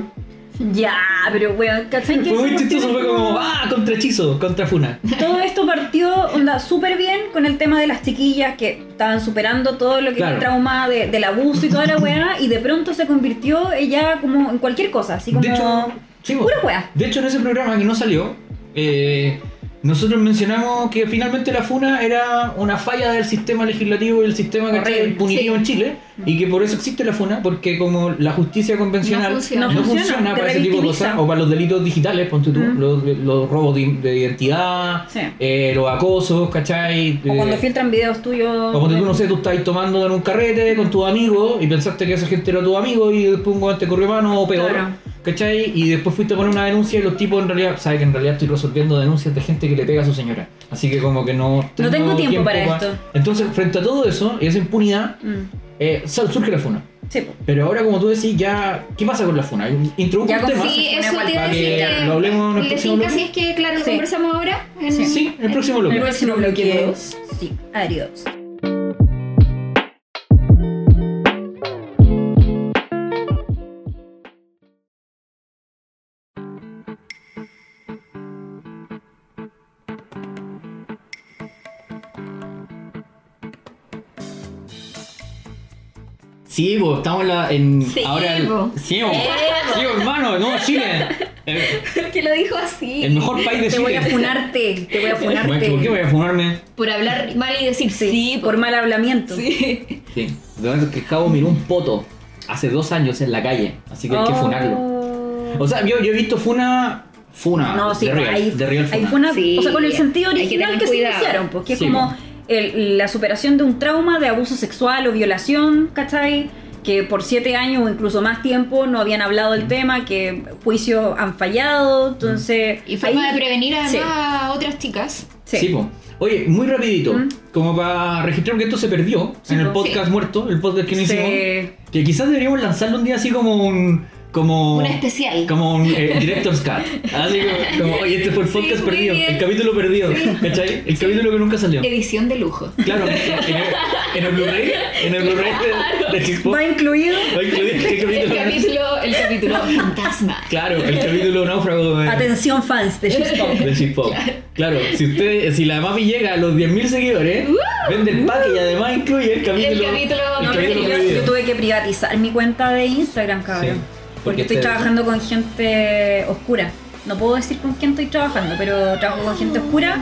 C: Ya, pero weón, ¿cachai? que
B: Fue muy
C: esa
B: chistoso,
C: cuestión
B: fue
C: es
B: como, ah, contra hechizo, contra funa.
C: Todo esto partió, onda, súper bien con el tema de las chiquillas que estaban superando todo lo que
B: Claro.
C: era el trauma de- del abuso y toda la weá, y de pronto se convirtió ella como en cualquier cosa, así como...
B: De hecho, sí,
C: pura weá.
B: de hecho, en ese programa que no salió, eh, nosotros mencionamos que finalmente la funa era una falla del sistema legislativo y el sistema que
C: Horrible,
B: punitivo en Chile, y que por eso existe la funa, porque como la justicia convencional
A: No funciona.
C: No funciona, te
B: para ese tipo de
C: revictimiza.
B: cosas, o para los delitos digitales, ponte tú,
C: Mm.
B: los, los robos de, de identidad,
C: Sí.
B: eh, los acosos, ¿cachai?
C: O cuando
B: Eh,
C: filtran videos tuyos...
B: O cuando tú,
C: de-
B: no sé, tú estás tomando en un carrete con tus amigos y pensaste que esa gente era tu amigo y después un weón te corrió mano o peor.
C: Claro.
B: ¿Cachai? Y después fuiste a poner una denuncia y los tipos en realidad, sabes que en realidad estoy resolviendo denuncias de gente que le pega a su señora. Así que como que no...
C: tengo tiempo para esto.
B: Entonces, frente a todo eso y esa impunidad,
C: Mm,
B: eh, sal- surge la funa.
C: sí, po.
B: Pero ahora, como tú decís, ya... ¿Qué pasa con la funa? Introduzco
C: Ya
B: un tema.
C: confí-
A: Sí,
C: Una
A: eso te iba a
B: para
A: decir
B: que
A: que.
B: lo hablemos en el
A: ¿le
B: próximo
A: tinca
B: bloque?
A: si es que, claro, lo
C: Sí.
A: conversamos ahora. En-
B: Sí, el próximo
C: El
B: bloque.
C: próximo bloque
A: bloque.
C: dos. Sí, adiós.
B: Sí, bo, estamos en la... En,
A: Sí,
B: ahora,
A: bo.
B: Sí, bo.
C: Eh.
B: Sí, bo, hermano. No, Chile. Eh,
A: que lo dijo así.
B: El mejor país de
C: Te
B: Chile.
C: voy a funarte, te voy a funarte.
B: Bueno, ¿Por qué voy a funarme?
A: Por hablar mal y decir sí.
C: Sí, por mal hablamiento.
A: Sí.
B: Sí. Lo que pasa es que Javo miró un poto hace dos años en la calle, así que hay que
C: Oh.
B: funarlo. O sea, yo, yo he visto funa. Funa.
C: No, sí,
B: de real,
C: hay,
B: de real
C: hay
B: funa.
C: funa-
A: Sí,
C: o sea, con el sentido
A: hay que
C: original que,
A: tener
C: se
A: cuidado.
C: iniciaron, pues, que es
B: Sí,
C: como el- la superación de un trauma de abuso sexual o violación, ¿cachai? Que por siete años o incluso más tiempo no habían hablado
B: Mm.
C: del tema, que juicios han fallado, entonces...
A: Y forma
C: ahí-
A: de prevenir además
C: Sí,
A: a otras chicas.
C: sí.
B: Sí, pues, po. Oye, muy rapidito,
C: Mm.
B: como para registrar que esto se perdió
C: Sí,
B: en el
C: po.
B: podcast muerto, el podcast que no
C: Sí.
B: hicimos, que quizás deberíamos lanzarlo un día así como un... Como,
A: Una especial.
B: Como un eh, director's cut. Así como, como, oye, este fue el
A: Sí,
B: podcast
A: muy
B: perdido,
A: bien.
B: el capítulo perdido, ¿cachai? El capítulo que nunca salió.
A: Edición de lujo.
B: Claro, en el, en el Blu-ray, en el Blu-ray de, de Chick Pop,
C: Va incluido
B: va a incluir el capítulo.
A: El capítulo, el capítulo fantasma.
B: Claro, el capítulo náufrago de...
C: Atención fans de Shitpop.
B: De Shitpop. Claro, si usted, si la mami llega a los 10.000 seguidores, vende el pack y además incluye el capítulo.
A: capítulo
B: el
C: No, pero
A: capítulo
C: yo,
B: prohibido.
C: yo tuve que privatizar mi cuenta de Instagram, cabrón.
B: Sí,
C: porque
B: porque
C: estoy
B: te-
C: trabajando con gente oscura. No puedo decir con quién estoy trabajando, pero trabajo con
A: Ah.
C: gente oscura.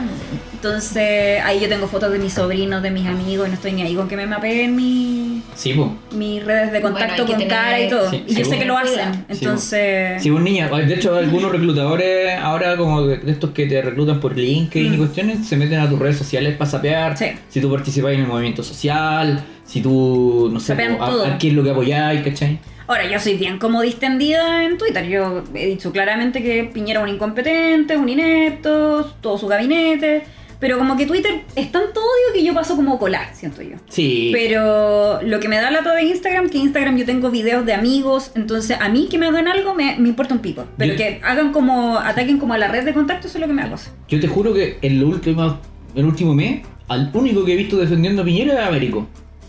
C: Entonces ahí yo tengo fotos de mis sobrinos, de mis amigos, no estoy ni ahí con que me mapeen mi-
B: Sí, po.
C: mis redes de
A: Bueno,
C: contacto
A: hay que
C: con
A: tener-
C: cara y todo.
B: Sí,
C: y yo
B: sí,
C: sé que lo
A: bueno.
C: hacen.
B: Sí,
C: Entonces...
B: Sí, un niño. De hecho, algunos reclutadores ahora, como de de estos que te reclutan por LinkedIn y
C: Mm.
B: cuestiones, se meten a tus redes sociales para sapear.
C: Sí.
B: Si tú participas en el movimiento social, si tú, no sé,
C: Sapean
B: po,
C: todo.
B: a, a qué es lo que apoyáis, ¿cachai?
C: Ahora, yo soy bien como distendida en Twitter. Yo he dicho claramente que Piñera es un incompetente, un inepto, todo su gabinete. Pero como que Twitter es tanto odio que yo paso como colar, siento yo.
B: Sí.
C: Pero lo que me da lata de Instagram, que Instagram yo tengo videos de amigos, entonces a mí que me hagan algo me, me importa un pico. Pero
B: Yo-
C: que hagan como, ataquen como a la red de contacto, eso es lo que me da cosa.
B: Yo te juro que en lo último, el último mes, al único que he visto defendiendo a Piñera es Américo.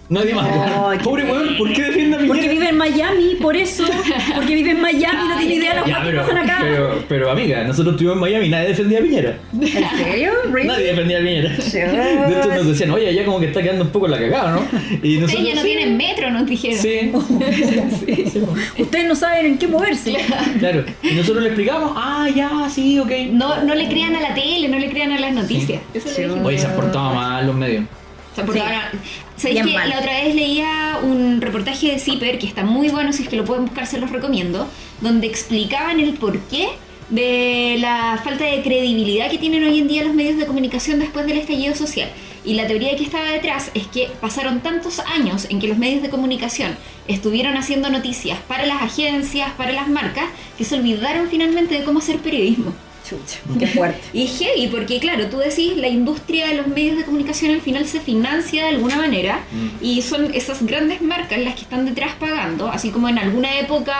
B: Nadie más.
C: Ay, qué
B: Pobre weón, ¿por qué defiende a Piñera?
C: Porque vive en Miami, por eso, porque vive en Miami, no tiene idea de las
B: Ya,
C: cosas que
B: pero,
C: pasan acá.
B: pero, pero, amiga, nosotros estuvimos en Miami y nadie defendía a Piñera.
C: ¿En serio? ¿Really?
B: Nadie defendía a Piñera.
C: Sí.
B: De hecho nos decían, oye, ya como que está quedando un poco la cagada, ¿no? Y
A: Ustedes ya no
B: sí,
A: tienen metro, nos dijeron.
B: Sí,
C: Ustedes no saben en qué moverse.
B: claro. Y nosotros le explicamos, ah, ya, sí, ok.
A: No, no le crean a la tele, no le crean a las noticias. Eso
C: Sí.
A: le dijimos.
B: Oye, se han portado mal los medios.
A: O sea, porque
C: Sí.
A: ahora- ¿sabéis
C: Bien
A: que
C: mal.
A: la otra vez leía un reportaje de Zipper que está muy bueno, si es que lo pueden buscar, se los recomiendo, donde explicaban el porqué de la falta de credibilidad que tienen hoy en día los medios de comunicación después del estallido social. Y la teoría que estaba detrás es que pasaron tantos años en que los medios de comunicación estuvieron haciendo noticias para las agencias, para las marcas, que se olvidaron finalmente de cómo hacer periodismo.
C: Chucha, qué fuerte.
A: Y es heavy, porque claro, tú decís, la industria de los medios de comunicación al final se financia de alguna manera
B: Mm.
A: y son esas grandes marcas las que están detrás pagando, así como en alguna época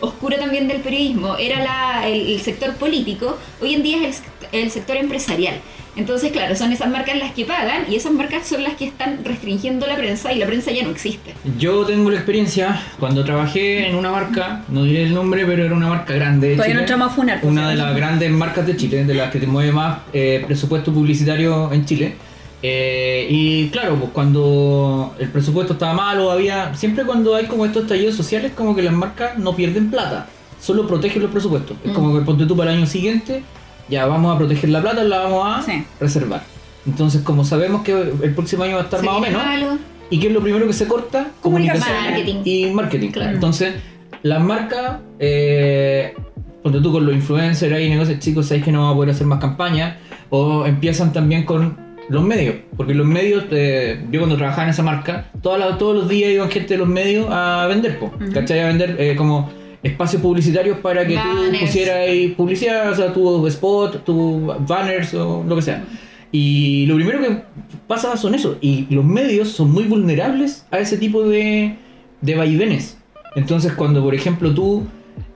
A: oscura también del periodismo era la- el, el sector político, hoy en día es el sect- el, sector empresarial. Entonces, claro, son esas marcas las que pagan y esas marcas son las que están restringiendo la prensa y la prensa ya no existe.
B: Yo tengo la experiencia, cuando trabajé en una marca, no diré el nombre, pero era una marca grande. de
C: Todavía no
B: Chile.
C: entramos a funar. pues,
B: Una de
C: ¿sí?
B: las grandes marcas de Chile, de las que te mueve más eh, presupuesto publicitario en Chile. Eh, y claro, pues cuando el presupuesto estaba malo, había. Siempre cuando hay como estos estallidos sociales, como que las marcas no pierden plata, solo protegen los presupuestos. Es
A: Mm.
B: como que ponte tú para el año siguiente, ya vamos a proteger la plata, la vamos a
C: Sí.
B: reservar. Entonces, como sabemos que el próximo año va a estar
A: Se
B: más o
A: viene
C: ah,
B: menos,
A: algo.
B: ¿Y qué es lo primero que se corta?
C: Comunicación.
A: Marketing.
B: Y marketing, claro.
C: Claro.
B: Entonces, las marcas, eh, ponte tú con los influencers ahí, negocios chicos, sabéis que no vamos a poder hacer más campañas. O empiezan también con los medios. Porque los medios, eh, yo cuando trabajaba en esa marca, todas las- todos los días iban gente de los medios a vender, po,
C: Ujú.
B: ¿cachai? A vender eh, como espacios publicitarios para que
A: Banners.
B: tú pusieras ahí publicidad, o sea, tu spot, tu banners o lo que sea. Y lo primero que pasa son eso. Y los medios son muy vulnerables a ese tipo de, de vaivenes. Entonces, cuando por ejemplo tú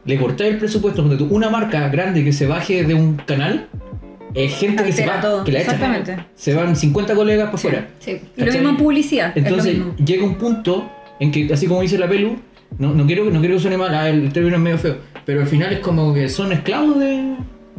B: le cortás el presupuesto, cuando tú- una marca grande que se baje de un canal, es gente que se
C: Altera
B: va,
C: todo.
B: que la echan.
C: Exactamente.
B: Se van 50 colegas por fuera.
A: Sí.
C: Y lo
B: ¿cachai?
C: mismo en publicidad.
B: Entonces
C: es lo mismo.
B: llega un punto en que, así como dice la Pelu, no, no, quiero, no quiero que suene mal, ah, el término es medio feo, pero al final es como que son esclavos de,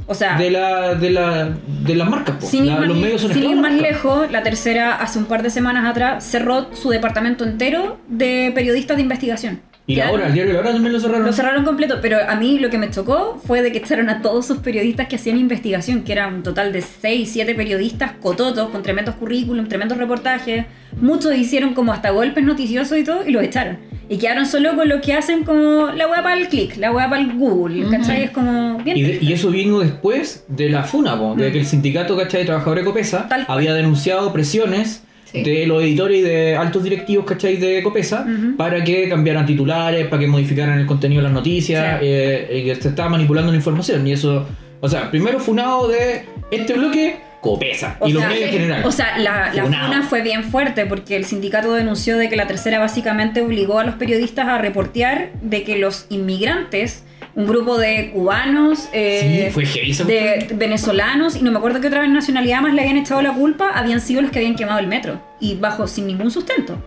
C: O sea,
B: de, la, de, la, de las marcas. po.
C: sin ir,
B: Pues La-
C: más,
B: los medios son
C: sin ir
B: esclavos.
C: más
B: de las marcas.
C: lejos, la tercera hace un par de semanas atrás cerró su departamento entero de periodistas de investigación.
B: Y la
C: Quedaron-
B: hora, el diario de la hora también lo cerraron.
C: Lo cerraron completo, pero a mí lo que me chocó fue de que echaron a todos sus periodistas que hacían investigación, que eran un total de 6, 7 periodistas cototos, con tremendos currículum, tremendos reportajes. Muchos hicieron como hasta golpes noticiosos y todo, y los echaron. Y quedaron solo con lo que hacen como la web para el click, la web para el Google,
A: Ujú.
C: ¿cachai? Es como bien.
B: Y, de- y eso vino después de la FUNA, po, de
C: Mm.
B: que el sindicato ¿cachai? de trabajadores de Copesa
C: Tal cual.
B: había denunciado presiones
A: Sí.
B: de los editores y de altos directivos ¿cachai? de Copesa
C: Ujú.
B: para que cambiaran titulares, para que modificaran el contenido de las noticias,
C: Sí.
B: eh, y que se estaba manipulando la información. Y eso, o sea, primero funado de este bloque, Copesa,
C: O
B: y los
C: sea,
B: medios en general.
C: O sea, la, la
B: Funado.
C: funa fue bien fuerte porque el sindicato denunció de que la tercera básicamente obligó a los periodistas a reportear de que los inmigrantes, un grupo de cubanos, eh,
B: sí, fue heavy esa cuestión.
C: de venezolanos y no me acuerdo que otra nacionalidad más le habían echado la culpa, habían sido los que habían quemado el metro y bajo sin ningún sustento.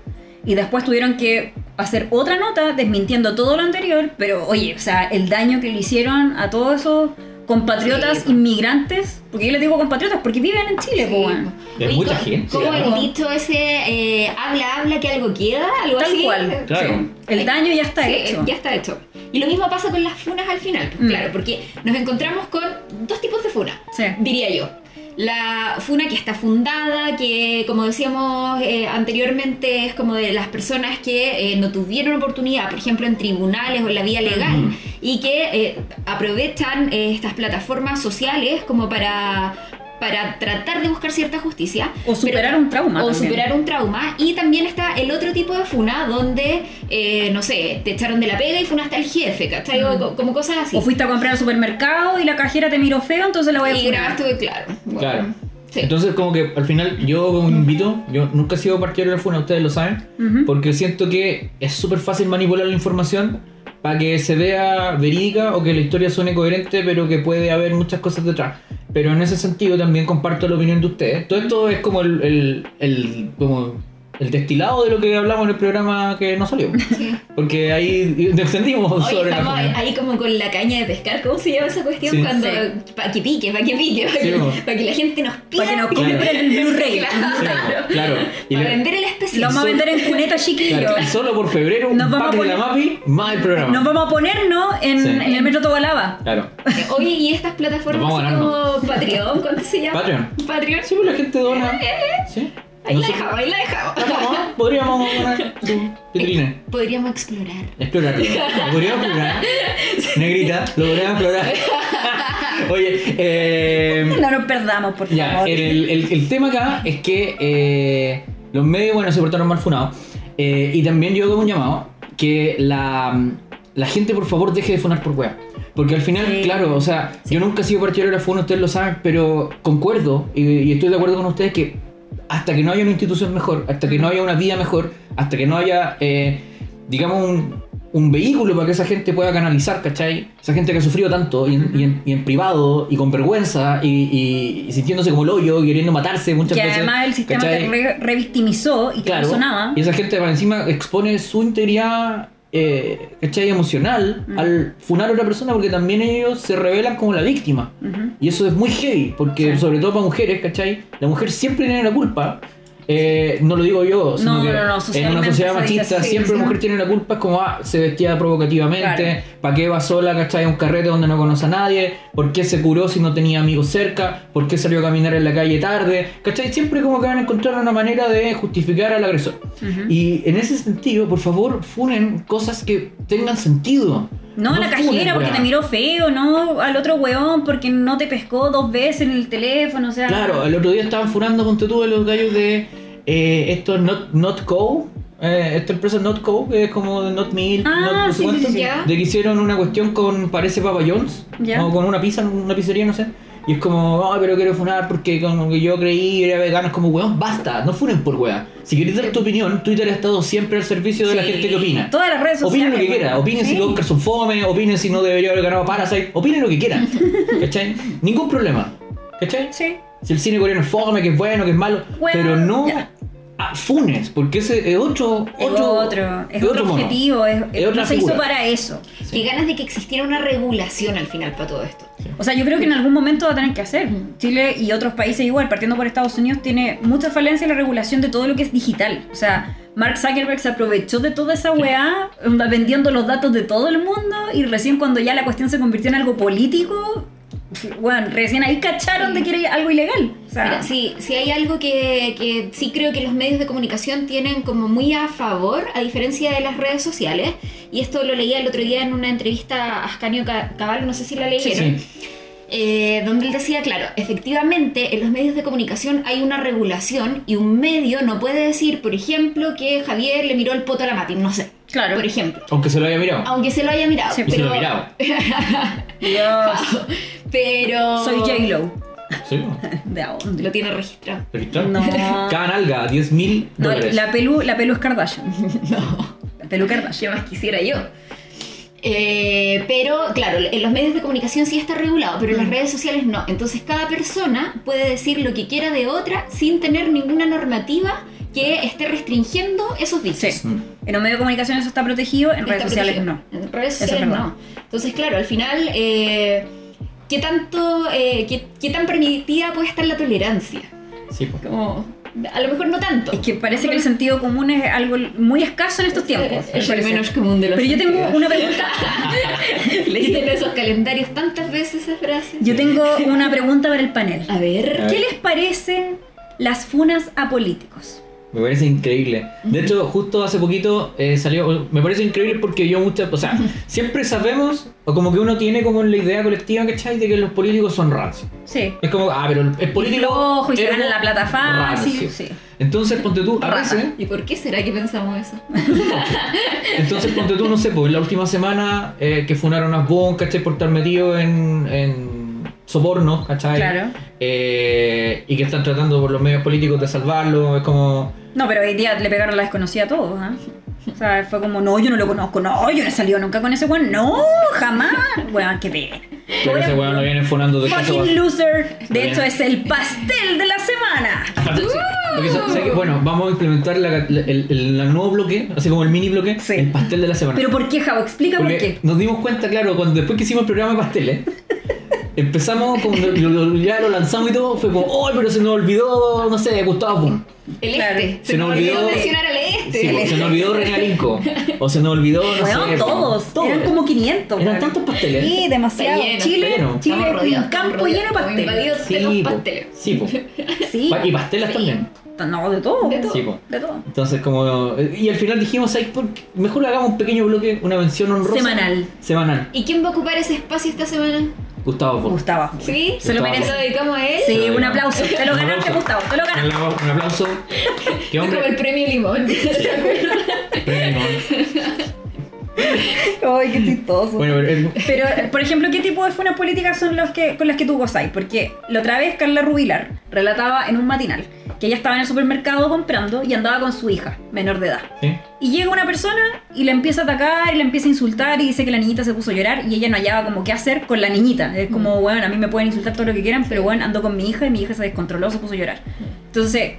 C: Y después tuvieron que hacer otra nota desmintiendo todo lo anterior, pero oye, o sea, el daño que le hicieron a todos esos compatriotas
A: Sí.
C: inmigrantes, porque yo les digo compatriotas porque viven en Chile, po, weón.
B: Es
A: Oye,
B: mucha
A: co-
B: gente,
A: Como
B: claro.
A: el dicho ese, eh, habla, habla, que algo queda, algo
C: Tal
A: así.
C: cual.
B: Claro.
C: El daño ya está
A: eh, Sí,
C: hecho.
A: Ya está hecho. Y lo mismo pasa con las funas al final, pues,
C: Mm.
A: claro, porque nos encontramos con dos tipos de funa,
C: Sí.
A: diría yo. La funa que está fundada, que como decíamos eh, anteriormente es como de las personas que eh, no tuvieron oportunidad, por ejemplo, en tribunales o en la vía legal,
B: Ujú.
A: y que eh, aprovechan eh, estas plataformas sociales como para, para tratar de buscar cierta justicia.
C: O superar un trauma.
A: O
C: también.
A: superar un trauma. Y también está el otro tipo de funa donde, eh, no sé, te echaron de la pega y funaste al jefe, ¿cachai? O
C: Mm.
A: co- como cosas así.
C: O fuiste a comprar al supermercado y la cajera te miró feo, entonces la voy a
A: y
C: funar.
A: grabaste, claro. bueno,
B: Claro.
A: sí.
B: Entonces, como que al final yo como invito, yo nunca he sido partidario de la funa, ustedes lo saben,
C: Ujú.
B: porque siento que es súper fácil manipular la información para que se vea verídica o que la historia suene coherente, pero que puede haber muchas cosas detrás. Pero en ese sentido también comparto la opinión de ustedes. Todo esto es como el, el, el- como el destilado de lo que hablamos en el programa que no salió.
A: Sí.
B: Porque ahí entendimos
A: Hoy
B: sobre la
A: estamos ahí,
B: funa.
A: ahí como con la caña de pescar, ¿cómo se llama esa cuestión?
B: Sí.
A: Cuando,
C: Sí.
A: para que pique, para que pique, para
B: Sí,
A: que,
B: bueno.
A: pa' que la gente nos pida.
C: Para que nos
B: Claro.
C: compren el Blu-ray.
A: Claro.
B: Sí, claro. Y
A: Para
B: le-
A: vender el especial.
C: Lo vamos a vender en cuneta, chiquillos.
B: Claro, y solo por febrero, un
C: Nos vamos
B: pack
C: a
B: de la MAPI, más el programa.
C: Nos vamos a ponernos en,
B: Sí.
C: en el metro Tobalaba.
B: Claro.
A: Oye, y estas
B: Nos
A: plataformas
B: vamos a
A: así
B: ganar,
A: como Patreon, ¿cuánto se llama?
B: Patreon.
A: Patreon.
B: Sí, pues la gente dona. Sí.
A: Ahí la
B: Nosotros-
A: dejamos, ahí la dejamos.
B: Vamos, Podríamos donar tu vitrina.
A: Podríamos explorar.
B: Explorarlo. Lo Podríamos explorar. Negrita, lo podríamos explorar. Oye, eh.
C: No nos perdamos, por
B: Ya,
C: favor.
B: el, el- el tema acá es que eh, los medios, bueno, se portaron mal funados. Eh, y también yo hago un llamado que la, la gente, por favor, deje de funar por wea. Porque al final,
C: Sí.
B: claro, o sea, yo nunca he sido partidario de la funa, ustedes lo saben, pero concuerdo y, y estoy de acuerdo con ustedes que hasta que no haya una institución mejor, hasta que no haya una vida mejor, hasta que no haya, eh, digamos, un, un vehículo para que esa gente pueda canalizar, ¿cachai? Esa gente que ha sufrido tanto y en, y en- y en privado y con vergüenza y, y- y sintiéndose como el hoyo, queriendo matarse muchas
C: que
B: veces.
C: además el sistema
B: ¿cachai?
C: te re- revictimizó y te
B: Claro.
C: no sonaba.
B: Y esa gente para encima expone su integridad eh, ¿cachai? emocional
C: Mm.
B: al funar a otra persona porque también ellos se revelan como la víctima.
C: Ujú.
B: Y eso es muy heavy, porque
C: Sí.
B: sobre todo para mujeres, ¿cachai? La mujer siempre tiene la culpa. Eh, no lo digo yo, sino
C: No,
B: que
C: no, no,
B: en una
C: socialmente
B: sociedad
C: se dice
B: machista
C: así,
B: siempre la
C: sí.
B: mujer tiene la culpa, es como, ah, se vestía provocativamente,
C: Claro.
B: ¿para qué va sola, ¿cachai? A un carrete donde no conoce a nadie, ¿por qué se curó si no tenía amigos cerca? ¿Por qué salió a caminar en la calle tarde? ¿Cachai? Siempre como que van a encontrar una manera de justificar al agresor.
C: Ujú.
B: Y en ese sentido, por favor, funen cosas que tengan sentido.
C: No, a la
B: funen,
C: cajera porque
B: weá.
C: te miró feo, no al otro weón porque no te pescó dos veces en el teléfono, o sea.
B: Claro, el otro día estaban furando con tú de los gallos de eh, esto Not, not Co. eh, esta empresa Not Co, que es como de Not Milk,
C: Ah,
B: Not no sé
C: sí, sí,
B: cuánto,
C: sí, sí.
A: Ya.
B: de que hicieron una cuestión con, parece Papa John's,
C: Ya.
B: o con una pizza, una pizzería, no sé. Y es como, ay, pero quiero funar porque con lo que yo creí era vegano, es como, weón, basta, no funen por weón. Si querés dar tu opinión, Twitter ha estado siempre al servicio de la
C: Sí.
B: gente que opina.
C: Todas las redes sociales.
B: Opinen lo que quiera,
C: weón.
B: opinen si
C: Sí.
B: los Oscars son fome, opinen si no debería haber ganado Parasite, opinen lo que quieran, ¿cachai? Ningún problema, ¿cachai?
C: Sí.
B: Si el cine coreano es fome, que es bueno, que es malo.
C: Bueno,
B: pero no
C: ya.
B: a- funes, porque ese es otro.
C: Es
B: otro,
C: otro, es otro,
B: mono.
C: objetivo, es,
B: Es otra
C: no se hizo
B: figura.
C: para eso.
A: Qué ganas de que existiera una regulación al final para todo esto.
C: O sea, yo creo que en algún momento va a tener que hacer.
A: Mm.
C: Chile y otros países igual, partiendo por Estados Unidos, tiene mucha falencia en la regulación de todo lo que es digital. O sea, Mark Zuckerberg se aprovechó de toda esa weá, onda, vendiendo los datos de todo el mundo y recién cuando ya la cuestión se convirtió en algo político, bueno, recién ahí cacharon de que era algo ilegal. O sea,
A: Mira, sí, sí hay algo que, que sí creo que los medios de comunicación tienen como muy a favor, a diferencia de las redes sociales, y esto lo leía el otro día en una entrevista a Ascanio Ca- Cavallo, no sé si la
B: Sí,
A: leyeron,
B: sí.
A: eh, donde él decía, claro, efectivamente en los medios de comunicación hay una regulación y un medio no puede decir, por ejemplo, que Javier le miró el poto a la Mati, no sé,
C: claro.
A: por ejemplo,
B: Aunque se lo haya mirado.
A: aunque se lo haya mirado,
C: Sí,
B: y se
A: pero,
B: lo ha mirado.
C: Dios,
A: pero
C: soy J-Lo.
B: Sí, ¿no?
C: ¿De a dónde?
A: lo tiene registrado.
B: ¿Registrado?
C: No.
B: Cada nalga, 10 mil
C: No,
B: dólares.
C: la pelu, la pelu es Kardashian.
A: No.
C: La pelu Kardashian.
A: ¿Qué más quisiera yo? Eh, pero claro, en los medios de comunicación sí está regulado, pero en las
C: Mm.
A: redes sociales no. Entonces cada persona puede decir lo que quiera de otra sin tener ninguna normativa que esté restringiendo esos dichos.
C: Sí.
B: Mm.
C: En los medios de comunicación eso está protegido, en redes
A: Está
C: sociales
A: protegido.
C: no.
A: En redes
C: Eso es
A: sociales
C: verdad.
A: no. Entonces, claro, al final, eh, ¿qué tanto, eh, qué, qué tan permitida puede estar la tolerancia?
B: Sí, pues.
A: Como, a lo mejor no tanto.
C: Es que parece que el sentido común es algo muy escaso en estos tiempos.
A: Es
C: al
A: el
C: parecer.
A: menos común de los
C: Pero yo tengo
A: sentidos.
C: una pregunta.
A: Leíste en esos calendarios tantas veces esa frase.
C: Yo tengo una pregunta para el panel.
A: A ver.
C: ¿Qué les parecen las funas a políticos?
B: Me parece increíble. De hecho, justo hace poquito eh, salió. Me parece increíble porque yo muchas. O sea, siempre sabemos, o como que uno tiene como la idea colectiva, ¿cachai? De que los políticos son rancios.
C: Sí.
B: Es como, ah, pero el político.
C: flojo, y se
B: era
C: gana la plata fácil,
B: rancio.
C: sí.
B: Entonces, ponte tú, a
C: Rata.
B: veces.
A: ¿Y por qué será que pensamos eso?
B: Ah, Entonces, ponte tú, no sé, pues en la última semana eh, que funaron a Bon, ¿cachai? Por estar metido en, en sobornos, ¿cachai?
C: Claro.
B: Eh, y que están tratando por los medios políticos de salvarlo, es como...
C: No, pero hoy día le pegaron la desconocida a todos, ¿ah? O sea, fue como, no, yo no lo conozco, no, yo no he salido nunca con ese weón, no, jamás. Weón, qué ver.
B: Claro, ese weón lo vienen funando de caso a-
C: Fucking loser. De
B: Bien.
C: hecho, es el pastel de la semana.
B: Porque sa- ¿sabes qué? bueno, vamos a implementar la- la- el, el- el nuevo bloque, así como el mini bloque,
C: Sí.
B: el pastel de la semana.
C: Pero ¿por qué, Javo? Explica
B: Porque
C: por qué.
B: nos dimos cuenta, claro, cuando después que hicimos el programa de pasteles, empezamos, con, lo- lo- ya lo lanzamos y todo, fue como, oh, pero se nos olvidó, no sé, Gustavo Pum.
A: El
C: Claro.
A: este.
B: Se nos olvidó-
A: mencionar al este.
B: Sí, pues. o se nos olvidó René Alinco. O se nos olvidó, no
C: Weón,
B: sé,
C: todos, Eran como 500.
B: Eran
C: weón.
B: tantos pasteles.
C: Sí, demasiado.
A: Está lleno,
C: Chile,
B: está lleno.
A: Estamos
C: Chile es
A: rodeados,
C: un campo
A: estamos
C: lleno de
A: rodeados, estamos
C: pasteles.
A: invadidos de
B: Sí, pues.
A: los
B: po.
A: pasteles.
B: Sí, po.
C: Sí.
B: Pa- Y pastelas
A: Sí.
B: también.
C: No, de todo.
A: De todo.
B: Sí, po.
C: De todo.
B: Entonces, como. Y al final dijimos, "Ay, por qué? mejor hagamos un pequeño bloque, una mención honrosa.
C: Semanal.
B: Semanal.
A: ¿Y quién va a ocupar ese espacio esta semana?
B: Gustavo Pum.
C: Gustavo.
A: ¿Sí?
B: Se lo merece.
A: ¿Lo dedicamos a él?
C: Sí, un aplauso. Te lo
B: Un
C: ganaste,
B: aplauso.
C: Gustavo. Te lo
B: Un
C: ganaste.
B: aplauso. Un aplauso. Qué
A: Es como el
B: hombre.
A: premio Limón.
B: Premio.
C: Ay, qué chistoso.
B: Bueno, pero el-
C: Pero, por ejemplo, ¿qué tipo de funas políticas son los que, con las que tú gozáis? Porque la otra vez Carla Rubilar relataba en un matinal que ella estaba en el supermercado comprando y andaba con su hija, menor de edad.
B: sí.
C: Y llega una persona y la empieza a atacar y la empieza a insultar y dice que la niñita se puso a llorar y ella no hallaba como qué hacer con la niñita. Es como, bueno, a mí me pueden insultar todo lo que quieran, pero bueno, ando con mi hija y mi hija se descontroló, se puso a llorar. Entonces,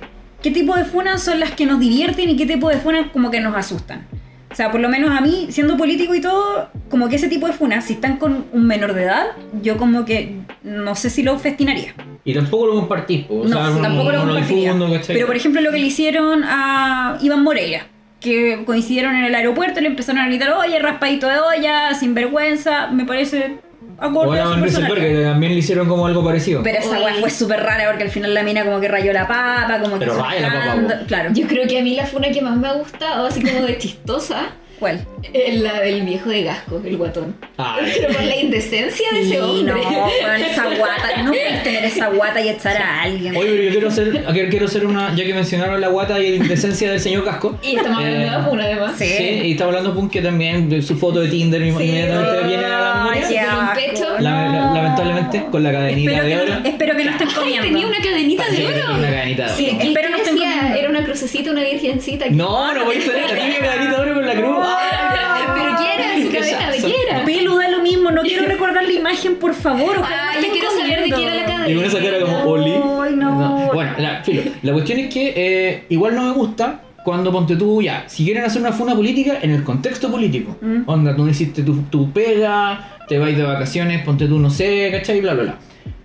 C: ¿qué tipo de funas son las que nos divierten y qué tipo de funas como que nos asustan? O sea, por lo menos a mí, siendo político y todo, como que ese tipo de funas, si están con un menor de edad, yo como que no sé si lo festinaría.
B: Y tampoco lo compartís, po. O
C: No,
B: sea, uno-
C: tampoco lo
B: uno
C: compartiría.
B: difundo, ¿cachai?
C: Pero por ejemplo lo que le hicieron a Iván Moreira, que coincidieron en el aeropuerto, le empezaron a gritar, oye, raspadito de olla, sinvergüenza, me parece
B: O
C: acorde
B: a
C: a su
B: Van Rieselberg,
C: personalidad.
B: que también le hicieron como algo parecido.
C: Pero esa weá fue súper rara porque al final la mina como que rayó la papa, como que...
B: Pero
C: se
B: raya la papa,
C: anda-
B: vos.
C: Claro.
A: Yo creo que a mí la funa que más me ha gustado, así como de chistosa,
C: ¿Cuál?
A: es la del viejo de Gasco, el guatón.
B: Ah,
A: Pero por la indecencia de
C: Sí,
A: ese
C: no,
A: hombre.
C: weón, esa guata, no puedes tener esa guata y echar a alguien.
B: Oye, pero yo quiero hacer, aquí quiero hacer una, ya que mencionaron la guata y la indecencia del señor Casco.
A: Y estamos hablando de
B: Eh,
A: la funa, además.
C: Sí.
B: Sí. y estaba hablando Punk que también de su foto de Tinder inmediatamente viene a la memoria.
C: Ay, qué
A: Con un
C: asco.
A: pecho.
B: La- la- lamentablemente, con la cadenita
C: Espero
B: de
C: que no-
B: oro.
C: Espero que no estén
A: Ay,
C: comiendo.
A: tenía una cadenita
B: Sí,
A: de
B: tenía
A: oro.
B: una cadenita de
A: Sí,
B: oro.
A: espero no
C: estén comiendo.
A: Era una crucecita, una virgencita.
B: No, no voy a tener la típica cadenita de oro con la cruz.
A: Ah, Pero ¿qué era de su
B: Qué
A: cabeza? ¿De
B: sazo.
A: qué era?
C: Pelo da lo mismo, no quiero recordar la imagen, por favor.
A: Ah,
C: ojalá no
A: yo
C: estén
A: quiero saber de
C: comiendo.
A: quién era la cadena.
B: Y con esa cara como
C: No,
B: Oli.
C: ay, no.
B: Bueno, la, filo, la cuestión es que eh, igual no me gusta cuando ponte tú ya. Si quieren hacer una funa política en el contexto político.
C: Mm.
B: Onda, tú no hiciste tu, tu pega, te vais de vacaciones, ponte tú no sé, ¿cachai? Bla, bla, bla.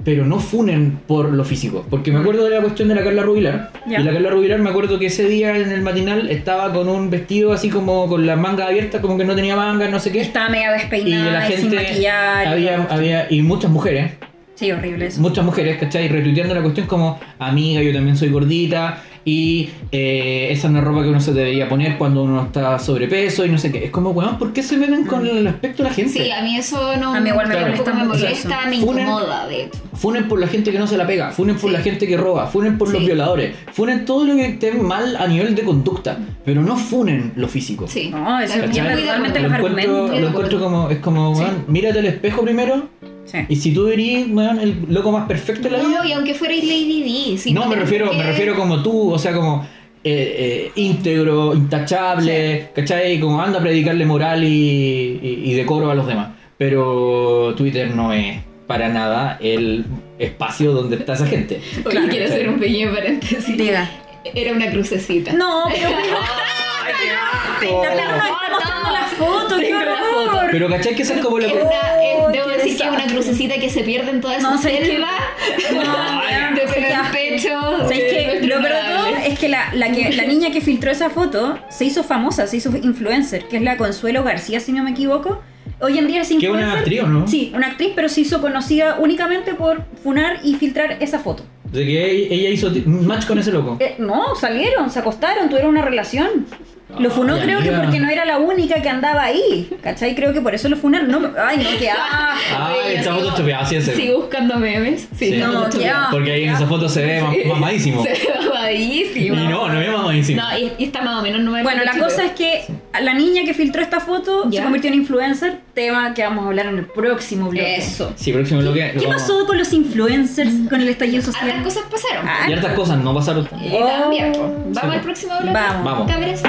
B: Pero no funen por lo físico. Porque me acuerdo de la cuestión de la Carla Rubilar.
C: Mm. Ya.
B: Y la Carla Rubilar me acuerdo que ese día en el matinal estaba con un vestido así como con las mangas abiertas, como que no tenía mangas, no sé qué.
C: Estaba media
B: Y
C: despeinada,
B: la
C: sin
B: gente
C: maquillar.
B: había, había, y muchas mujeres,
C: Sí, horrible eso.
B: muchas mujeres, ¿cachai? Retuiteando la cuestión como, amiga, yo también soy gordita y eh, esa es una ropa que uno se debería poner cuando uno está sobrepeso y no sé qué. Es como, weón, ¿por qué se meten con el aspecto de la gente?
A: Sí, ah. a mí eso no
C: A mí igual me
A: tampoco
C: molesta
A: me
C: mucho
A: molesta,
C: eso.
A: me
B: "Oh, Funen-
A: incomoda, de hecho.
B: Funen por la gente que no se la pega, funen por
A: Sí.
B: la gente que roba, funen por los
A: Sí.
B: violadores, funen todo lo que esté mal a nivel de conducta, pero no funen lo físico.
A: Sí.
C: No, eso
A: ¿Cachai?
C: pierde
A: Muy de
C: totalmente
A: acuerdo.
C: los
B: encuentro,
C: argumentos.
B: lo encuentro como, es como,
A: Sí.
B: weón, mírate al espejo primero
C: Sí.
B: y si tú eres, weón, el loco más perfecto de la vida,
A: No, y aunque fuera Lady D. sí,
B: no, me
A: tenés
B: refiero,
A: que-
B: me refiero como tú, o sea, como eh, eh, íntegro, intachable, ¿cachai? Como anda a predicarle moral y, y- y decoro a los demás. Pero Twitter no es para nada el espacio donde está esa gente.
A: Oye,
C: Claro,
A: quiero
B: ¿cachai?
A: hacer un pequeño paréntesis.
C: Diga.
A: Era una crucecita.
C: No, pero.
B: ¡Ay, qué foto.
C: no, no, está mostrando la foto, qué
A: Tengo la
C: horror.
A: foto.
B: Pero ¿cachai que esa es como la...
A: Es una- es-
C: Oh,
A: debo
C: qué
A: decir que es una
C: desastre.
A: crucecita que se pierde en toda esa
C: No, ¿sabes qué?
A: selva.
C: No,
A: Ay, de
C: qué
A: pegar
C: asco.
A: pecho.
C: ¿Sabes
A: de
C: qué?
A: nuestro
C: Lo peor de todo
A: honorable.
C: es que la, la que la niña que filtró esa foto se hizo famosa, se hizo influencer, que es la Consuelo García, si no me equivoco. Hoy en día es
B: Que es
C: influencer.
B: una actriz, ¿o ¿no?
C: Sí, una actriz, pero se hizo conocida únicamente por funar y filtrar esa foto.
B: De que ella hizo t- un match con ese loco.
C: Eh, no, salieron, se acostaron, tuvieron una relación. Lo funó
B: Ay,
C: creo que
B: amiga.
C: porque no era la única que andaba ahí. ¿Cachai? Creo que por eso lo funaron. No, ay, no, qué asco.
B: Ah,
A: Oye, yo
B: esta
A: sigo-
B: foto estupeada, sí, ese.
A: Sigo buscando memes. Sí,
B: Sí.
A: no,
C: No, qué asco.
B: Porque ahí en esa foto se ve ma- mamadísimo.
A: Se ve
B: Y
A: babadísimo.
B: no, no es mamadísimo.
A: No, y, y está más o menos no me
C: Bueno, la cosa es que a la niña que filtró esta foto
A: Ya.
C: se convirtió en influencer, tema que vamos a hablar en el próximo bloque.
A: Eso.
B: Sí, próximo bloque. lo
C: ¿Qué
B: vamos-
C: pasó con los influencers con el estallido
A: Hartas
C: social?
A: cosas pasaron.
C: Ah, Oh.
B: Y hartas cosas, no pasaron.
A: Y también, po.
B: Sí.
A: Vamos al próximo bloque.
C: Vamos.
B: Vamos.
A: Cabres.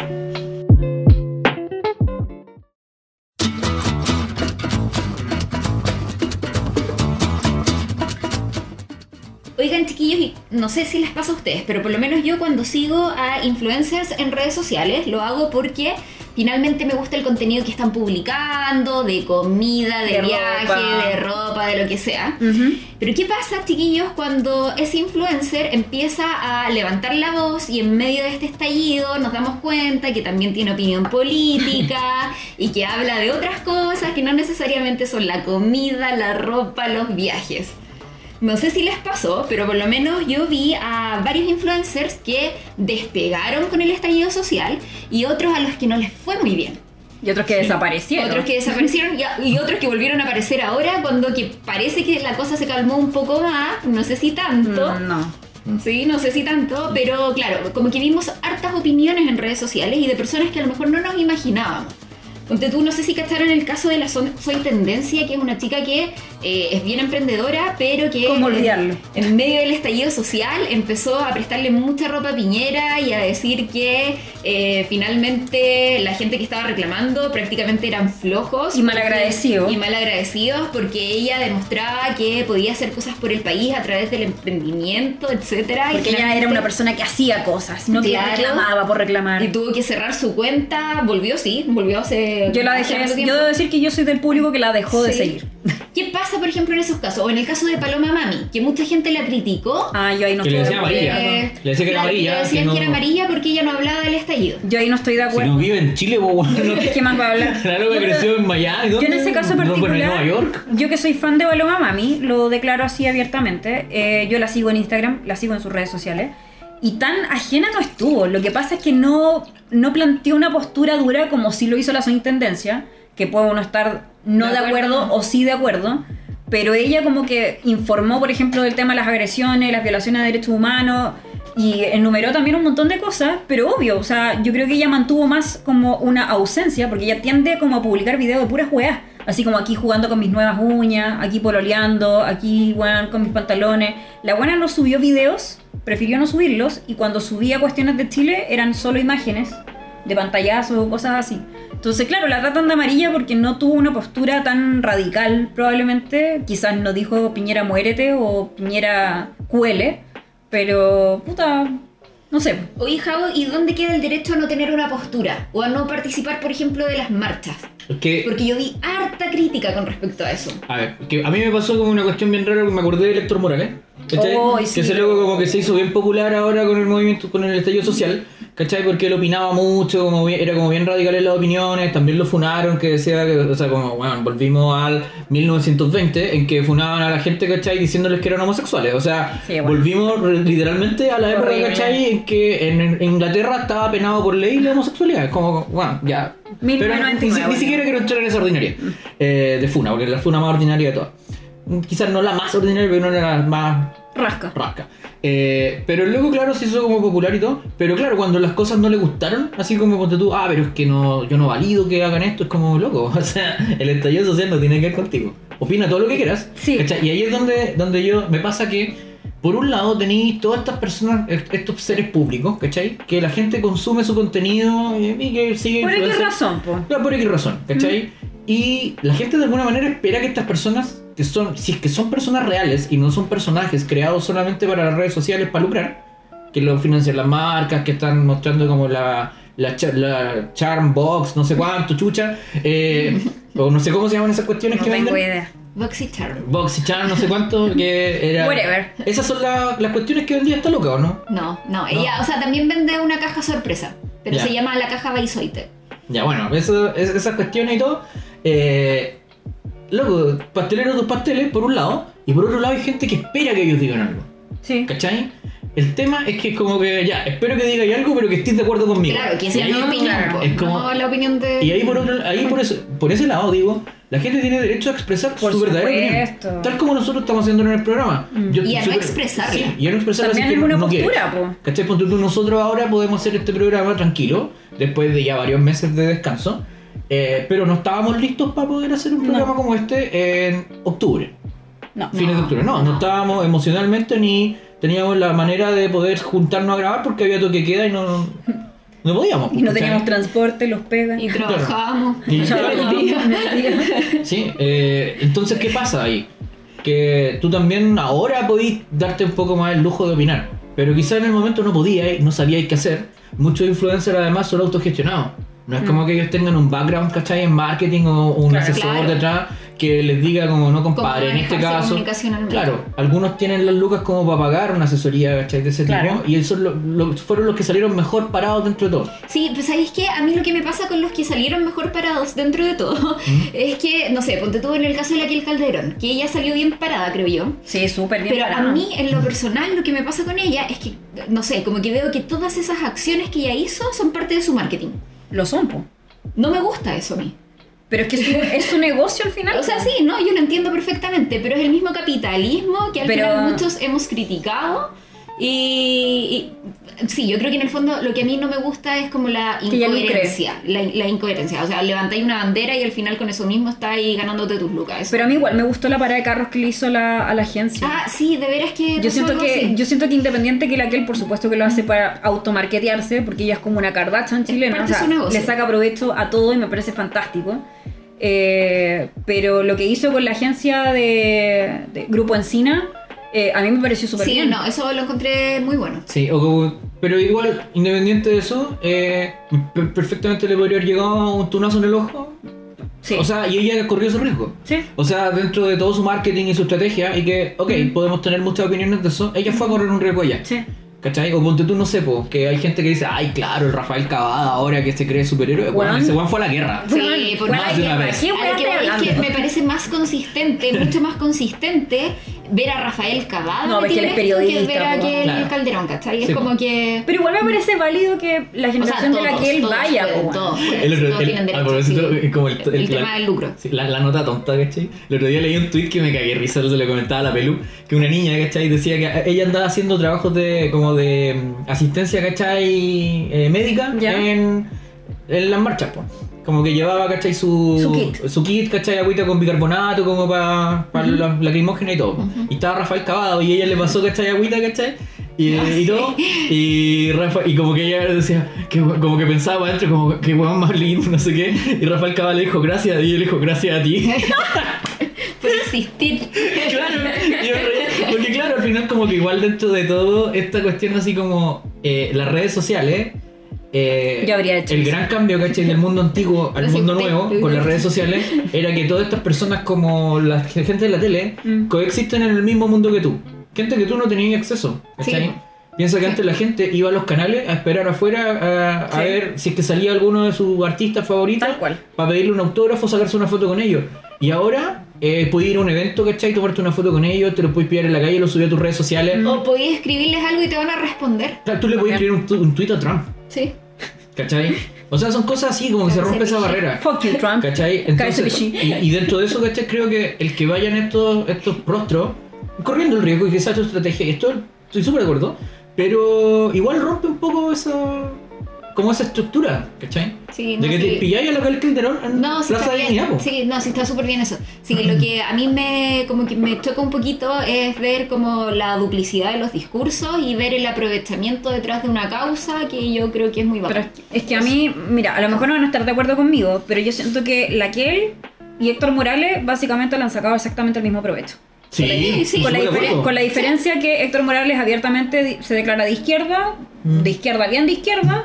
A: Oigan, chiquillos, y no sé si les pasa a ustedes, pero por lo menos yo cuando sigo a influencers en redes sociales, lo hago porque finalmente me gusta el contenido que están publicando, de comida, de,
C: De
A: viaje,
C: ropa.
A: de ropa, de lo que sea.
C: ujú.
A: Pero ¿qué pasa, chiquillos, cuando ese influencer empieza a levantar la voz y en medio de este estallido nos damos cuenta que también tiene opinión política y que habla de otras cosas que no necesariamente son la comida, la ropa, los viajes? No sé si les pasó, pero por lo menos yo vi a varios influencers que despegaron con el estallido social y otros a los que no les fue muy bien.
C: Y otros que desaparecieron.
A: Otros que desaparecieron y, y otros que volvieron a aparecer ahora cuando que parece que la cosa se calmó un poco más, no sé si tanto,
C: Mm, no.
A: sí, no sé si tanto, pero claro, como que vimos hartas opiniones en redes sociales y de personas que a lo mejor no nos imaginábamos. Ponte tú, no sé si cacharon el caso de la Son- Soy Tendencia, que es una chica que eh, es bien emprendedora, pero que...
C: ¿Cómo olvidarlo?
A: En medio del estallido social empezó a prestarle mucha ropa a Piñera y a decir que eh, finalmente la gente que estaba reclamando prácticamente eran flojos.
C: Y malagradecidos.
A: Y malagradecidos porque ella demostraba que podía hacer cosas por el país a través del emprendimiento, etcétera.
C: Porque
A: Y
C: ella
A: finalmente-
C: era una persona que hacía cosas, no
A: Claro.
C: que reclamaba por reclamar.
A: Y tuvo que cerrar su cuenta, volvió, sí, volvió hace...
C: Yo la
A: hace
C: dejé,
A: harto
C: yo
A: tiempo.
C: debo decir que yo soy del público que la dejó de
A: Sí.
C: seguir.
A: ¿Qué pasa, por ejemplo, en esos casos? O en el caso de Paloma Mami, que mucha gente la criticó.
C: Ah, yo ahí no
B: Que le
C: estoy
B: decía
C: de acuerdo.
B: amarilla.
A: Eh,
B: Le decía que era
A: claro,
B: amarilla,
A: Le decían
B: que no-
A: que era amarilla porque ella no hablaba del estallido.
C: Yo ahí no estoy de
B: Si
C: acuerdo.
B: no vive en Chile, vos, bueno,
C: ¿Qué más va a hablar?
B: La loca
C: Yo-
B: creció en Miami.
C: Yo
B: ¿dónde?
C: en ese caso
B: No, bueno,
C: particular,
B: en Nueva York.
C: yo que soy fan de Paloma Mami, lo declaro así abiertamente. eh, yo la sigo en Instagram, la sigo en sus redes sociales. Y tan ajena no estuvo. Lo que pasa es que no, no planteó una postura dura como sí lo hizo la Sonintendencia, que puede uno estar no
A: De
C: de acuerdo.
A: acuerdo.
C: o sí de acuerdo. Pero ella como que informó, por ejemplo, del tema de las agresiones, las violaciones a derechos humanos y enumeró también un montón de cosas, pero obvio, o sea, yo creo que ella mantuvo más como una ausencia, porque ella tiende como a publicar videos de puras weas, así como aquí jugando con mis nuevas uñas, aquí pololeando, aquí weón, con mis pantalones. La buena no subió videos, prefirió no subirlos, y cuando subía cuestiones de Chile eran solo imágenes de pantallazos o cosas así. Entonces, claro, la tratan de amarilla porque no tuvo una postura tan radical, probablemente. Quizás no dijo Piñera muérete o Piñera cuele, pero puta, no sé.
A: Oye, Javo, ¿y dónde queda el derecho a no tener una postura? O a no participar, por ejemplo, de las marchas.
B: Es que
A: Porque yo vi harta crítica con respecto a eso.
B: A ver, que a mí me pasó como una cuestión bien rara, me acordé de Héctor Morales. ¿cachai?
C: Oh,
B: que
C: sí.
B: ese loco como que se hizo bien popular ahora con el movimiento, con el estallido social, ¿cachai? Porque él opinaba mucho, como bien- era como bien radical en las opiniones, también lo funaron, que decía, que, o sea, como, bueno, volvimos al 1920, en que funaban a la gente, ¿cachai? Diciéndoles que eran homosexuales, o sea,
C: Sí, bueno.
B: volvimos re- literalmente a la época,
C: Horrible.
B: ¿cachai? En que en, en Inglaterra estaba penado por ley la homosexualidad, es como, bueno, ya. Pero ni- ni,
C: 1999,
B: siquiera siquiera quiero entrar en esa ordinaria eh, de Funa, porque es la Funa más ordinaria de todas. Mm, Quizás no la más ordinaria, pero no la más
C: Rasca.
B: rasca. Eh, pero luego, claro, se hizo como popular y todo. Pero claro, cuando las cosas no le gustaron, así como ponte tú, ah, pero es que no, yo no valido que hagan esto, es como loco. O sea, el estallido social no tiene que ver contigo. Opina todo lo que quieras.
C: Sí.
B: ¿cachai? Y ahí es donde, donde yo me pasa que. Por un lado tenéis todas estas personas, est- estos seres públicos, ¿cachai? Que la gente consume su contenido eh, y que sigue...
C: ¿Por qué
B: influencers.
C: razón, po?
B: Claro, por X razón, ¿cachai? Y la gente de alguna manera espera que estas personas, que son, si es que son personas reales y no son personajes creados solamente para las redes sociales para lucrar, que lo financian las marcas, que están mostrando como la, la, cha- la Charm Box, no sé cuánto, chucha, eh, o no sé cómo se llaman esas cuestiones
C: No
B: que
C: tengo
B: venden.
C: idea.
A: Boxy Charm.
B: Box y Charm, no sé cuánto, que era.
C: Whatever.
B: Esas son la- las cuestiones que vendía esta loca, ¿o no?
A: No, no, ella, o sea, también vende una caja sorpresa, pero
B: Ya.
A: se llama la caja Baisoite.
B: Ya, bueno, eso- es- esas cuestiones y todo. Eh, loco, pastelero tus pasteles, por un lado, y por otro lado hay gente que espera que ellos digan algo.
C: Sí.
B: ¿Cachai? El tema es que es como que, ya, espero que digáis algo, pero que estés de acuerdo conmigo.
A: Claro, que
B: Y
A: esa es
B: ahí-
A: mi opinión,
C: claro,
A: po,
B: es como-
A: no la opinión de...
B: Y ahí, por, otro- ahí por, eso- por ese lado, digo, la gente tiene derecho a expresar
C: Por
B: su verdadera opinión.
C: supuesto.
B: Tal como nosotros estamos haciendo en el programa.
C: Mm.
A: Y a no
B: súper-
A: expresarla.
B: Sí, y a no expresarla
C: También
B: si
C: es
B: que
C: una
B: no quieres.
C: postura, po.
B: ¿Cachai? Ponte tú, nosotros ahora podemos hacer este programa tranquilo, después de ya varios meses de descanso, eh, pero no estábamos listos para poder hacer un
C: No.
B: programa como este en octubre,
C: No.
B: fines de octubre. No, no estábamos emocionalmente ni teníamos la manera de poder juntarnos a grabar porque había toque de queda y no, no podíamos.
C: Y no
B: ¿cachai?
C: teníamos transporte, los pegan.
A: Y trabajamos.
B: Y-
C: Todo el día, el día.
B: Sí, eh, entonces, ¿qué pasa ahí? Que tú también ahora podís darte un poco más el lujo de opinar, pero quizás en el momento no podíais, no sabíais qué hacer. Muchos influencers además son autogestionados. No es como que ellos tengan un background, ¿cachai? En marketing o un
C: Claro.
B: asesor
A: Claro.
B: detrás que les diga como no compadre, en este
A: manejarse
B: caso.
A: comunicacionalmente.
B: Claro, algunos tienen las lucas como para pagar una asesoría, ¿cachai? De ese
C: Claro.
B: tipo. Y esos lo- lo- fueron los que salieron mejor parados dentro de todo.
A: Sí, pues sabéis que a mí lo que me pasa con los que salieron mejor parados dentro de todo
B: ¿Mm?
A: es que, no sé, ponte tú en el caso de la Kiel Calderón, que ella salió bien parada, creo yo.
C: Sí, súper bien.
A: Pero a
C: parado.
A: mí, en lo personal, lo que me pasa con ella es que, no sé, como que veo que todas esas acciones que ella hizo son parte de su marketing.
C: Lo son, po.
A: No me gusta eso a mí.
C: Pero es que es un, es su negocio al final.
A: O sea, sí, no, yo lo entiendo perfectamente, pero es el mismo capitalismo que al
C: Pero-
A: final muchos hemos criticado. Y, y- sí, yo creo que en el fondo lo que a mí no me gusta es como la
C: Que ya no
A: incoherencia. La, la incoherencia. O sea, levantáis una bandera y al final con eso mismo estáis ganándote tus lucas. Eso-
C: Pero a mí igual me gustó la parada de carros que le hizo la- a la agencia.
A: ah, sí, de veras que.
C: Yo
A: pasó
C: siento
A: algo
C: que,
A: así.
C: yo siento que independiente que la Kel, por supuesto que lo hace para automarketearse, porque ella es como una Kardashian chilena,
A: parte de su negocio.
C: le saca provecho a todo y me parece fantástico. Eh, pero lo que hizo con la agencia de, de Grupo Encina, eh, a mí me pareció súper
A: Sí,
C: bien.
A: no, eso lo encontré muy bueno.
B: Sí, o como- pero igual, independiente de eso, eh, per- perfectamente le podría haber llegado un tunazo en el ojo.
C: Sí.
B: O sea, y ella corrió ese riesgo.
C: Sí.
B: O sea, dentro de todo su marketing y su estrategia, y que, ok, podemos tener muchas opiniones de eso, ella fue a correr un riesgo allá.
C: Sí.
B: ¿Cachai? O ponte tú, no sé, po, que hay gente que dice, ay, claro, el Rafael Cavada ahora que se cree superhéroe. Bueno,
C: Weón.
B: ese Juan fue a la guerra.
A: Sí,
C: Bueno,
A: por
C: bueno,
B: más de una
C: ¿qué-
B: vez.
C: qué
A: A
C: weá
A: lo que
C: estoy
A: voy es que
C: hablando?
A: me parece más consistente, mucho más consistente ver a Rafael Cavada
C: No, porque
A: metido
C: él es
A: en esto que ver
C: periodista,
A: a
C: po.
A: que
B: Claro.
A: Calderón, ¿cachai?
B: Sí,
A: es como
B: po.
A: que...
C: Pero igual me parece válido que la
A: O sea,
C: generación de la
A: todos,
C: Kel
A: todos
C: vaya.
A: pueden,
C: po,
A: todos pueden,
B: El otro-
A: todos
B: el-
A: tienen
B: a
A: derecho,
B: propósito,
A: sí.
B: eh, como el- el- la-
A: tema del lucro.
B: Sí, la, la nota tonta, ¿cachai? El otro día leí un tweet que me cagué risa, se lo comentaba a la Pelu, que una niña, ¿cachai? Decía que a- ella andaba haciendo trabajos de como de mm, asistencia, ¿cachai? Eh, médica
C: Ya.
B: en, en las marchas, pues. Como que llevaba, ¿cachai? Su,
C: Su kit.
B: kit, ¿cachai? Agüita con bicarbonato, como para pa la lacrimógena y todo. po. Y estaba Rafael Cavado y ella le pasó, ¿cachai? Agüita, ¿cachai? Y,
A: Ah,
B: y
A: sí.
B: todo. Y, Rafa, y como que ella decía, que, como que pensaba para adentro, como que weón más lindo, no sé qué. Y Rafael Cava le dijo gracias y yo le dijo gracias a ti.
A: Por existir.
B: claro, y yo reí, porque claro, al final como que igual dentro de todo, esta cuestión así como eh, las redes sociales. eh,
C: Yo habría hecho
B: el
C: eso.
B: gran cambio, ¿cachai? Del mundo antiguo al
A: Lo
B: mundo
A: acepté.
B: nuevo con las redes sociales era que todas estas personas, como la gente de la tele,
C: Mm.
B: coexisten en el mismo mundo que tú. Gente que tú no tenías acceso. ¿cachai?
A: Sí.
B: Piensa que antes la gente iba a los canales a esperar afuera a, a
C: Sí.
B: ver si es que salía alguno de sus artistas favoritos
C: Tal cual.
B: para pedirle un autógrafo, sacarse una foto con ellos. Y ahora eh, puedes ir a un evento, ¿cachai? Tomarte una foto con ellos, te lo puedes pillar en la calle, lo subí a tus redes sociales.
A: O podías escribirles algo y te van a responder.
B: Claro, Tú le puedes escribir un, tu- un tweet a Trump,
A: Sí.
B: ¿cachai? O sea, son cosas así como que se rompe esa barrera.
C: Fuck you, Trump.
B: ¿Cachai?
C: Cállate,
B: Entonces,
C: pichín.
B: y, y dentro de eso, ¿cachai? Creo que el que vayan estos, estos rostros, corriendo el riesgo y que sea tu estrategia, y esto estoy súper de acuerdo, pero igual rompe un poco esa, como esa estructura, ¿cachai?
A: Sí,
B: De que te
A: sí.
B: pilláis a la Cal Calderón en
A: No, sí
B: Plaza
A: está
B: de Dignidad,
A: bien.
B: po.
A: Sí, no, sí está súper bien eso. Sí, lo que a mí me como que me choca un poquito es ver como la duplicidad de los discursos y ver el aprovechamiento detrás de una causa que yo creo que es muy
C: Pero
A: baja.
C: es que, es que a mí, mira, a lo mejor no van a estar de acuerdo conmigo, pero yo siento que la Kel y Héctor Morales básicamente le han sacado exactamente el mismo provecho.
A: Sí, sí,
B: por
C: Con la,
B: supuesto.
C: diferen- con la diferencia que Héctor Morales abiertamente di- se declara de izquierda, de izquierda, bien de izquierda,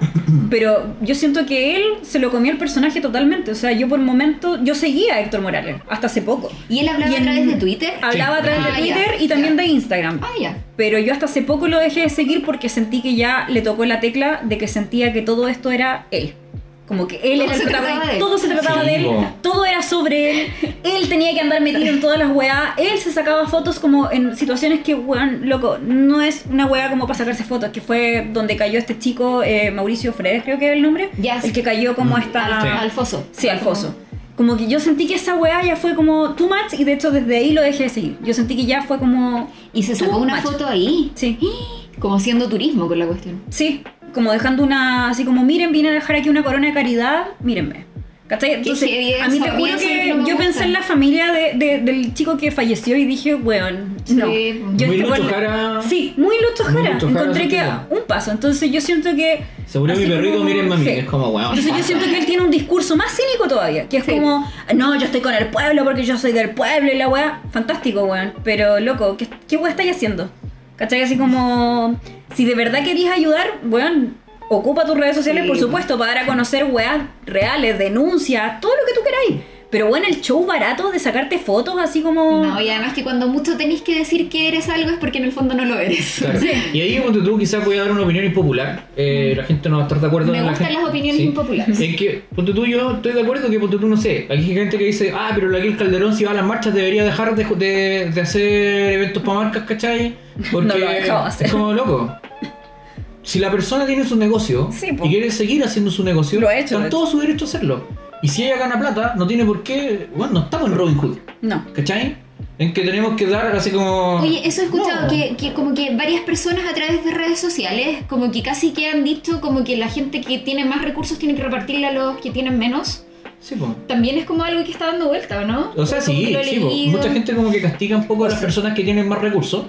C: pero yo siento que él se lo comió el personaje totalmente. O sea, yo por momento, yo seguía a Héctor Morales, hasta hace poco.
A: ¿Y él hablaba
C: Y
A: a
C: en-
A: través de Twitter?
C: Hablaba a través
A: Ah,
C: de Twitter
A: ya,
C: y también
A: ya.
C: de Instagram.
A: Ah, ya.
C: Pero yo hasta hace poco lo dejé de seguir porque sentí que ya le tocó la tecla de que sentía que todo esto era él. Como que él
A: Todo
C: era el
A: se trataba
C: protagonista,
A: de él.
C: todo se trataba
B: Sí,
C: de él,
B: po.
C: todo era sobre él, él tenía que andar metido en todas las weas, él se sacaba fotos como en situaciones que, weón, loco, no es una wea como para sacarse fotos, que fue donde cayó este chico, eh, Mauricio Fredes creo que era el nombre,
A: Ya, sí.
C: el que cayó
B: Mm,
C: como esta...
A: Al, al foso.
C: Sí, al foso. Como que yo sentí que esa weá ya fue como too much y de hecho desde ahí lo dejé de seguir. Yo sentí que ya fue como...
A: Y se sacó
C: too
A: una
C: much.
A: foto ahí,
C: Sí.
A: como haciendo turismo con la cuestión.
C: Sí, como dejando una, así como, miren, vine a dejar aquí una corona de caridad, mírenme. ¿Cachai? Entonces,
A: heavy
C: a mí
A: eso,
C: te
A: a mí
C: juro
A: eso es
C: que
A: lo que me
C: yo pensé
A: gusta.
C: en la familia de- de- del chico que falleció y dije, weón, no.
A: Sí, pues,
C: Yo
B: Muy
C: este
B: Lucho
C: weón-
B: Jara.
C: Sí, muy Lucho
B: Muy
C: Jara.
B: Lucho Jara,
C: Encontré
B: sí,
C: que
B: claro.
C: un paso. Entonces yo siento que...
B: Se murió
C: así
B: mi perrito,
C: como-
B: miren mami.
C: sí.
B: Es como, weón.
C: Entonces yo siento que él tiene un discurso más cínico todavía, que es
A: Sí.
C: como, no, yo estoy con el pueblo porque yo soy del pueblo y la weá. Fantástico, weón. Pero loco, ¿qué, qué weá estáis haciendo? ¿Cachai? Así como, si de verdad querías ayudar, weón, ocupa tus redes sociales,
A: Sí.
C: por supuesto, para dar a conocer weas reales, denuncias, todo lo que tú queráis. Pero bueno, el show barato de sacarte fotos así como...
A: No, y además que cuando mucho tenéis que decir que eres algo es porque en el fondo no lo eres.
B: Claro. Y ahí cuando tú quizás voy a dar una opinión impopular, eh, la gente no va a estar de acuerdo.
A: Me
B: en la
A: gustan
B: gente-
A: las opiniones impopulares.
B: En que, ponte tú, yo estoy de acuerdo que ponte tú, no sé, hay gente que dice, ah, pero el Calderón si va a las marchas debería dejar de, de- de hacer eventos para marcas, ¿cachai? Porque
C: No lo ha dejado hacer.
B: es como loco. Si la persona tiene su negocio
C: Sí, po.
B: y quiere seguir haciendo su negocio,
C: Lo ha hecho,
B: está
C: de
B: en todo su derecho a hacerlo. Y si ella gana plata, no tiene por qué, bueno, no estamos en Robin Hood,
C: No.
B: ¿cachai? En que tenemos que dar así como...
A: Oye, eso he escuchado,
B: No.
A: que, que como que varias personas a través de redes sociales, como que casi que han dicho como que la gente que tiene más recursos tiene que repartirle a los que tienen menos.
B: Sí, po.
A: También es como algo que está dando vuelta, ¿o ¿no?
B: O sea,
A: Como que
B: sí,
A: lo he
B: sí, po.
A: leído.
B: mucha gente como que castiga un poco a las personas que tienen más recursos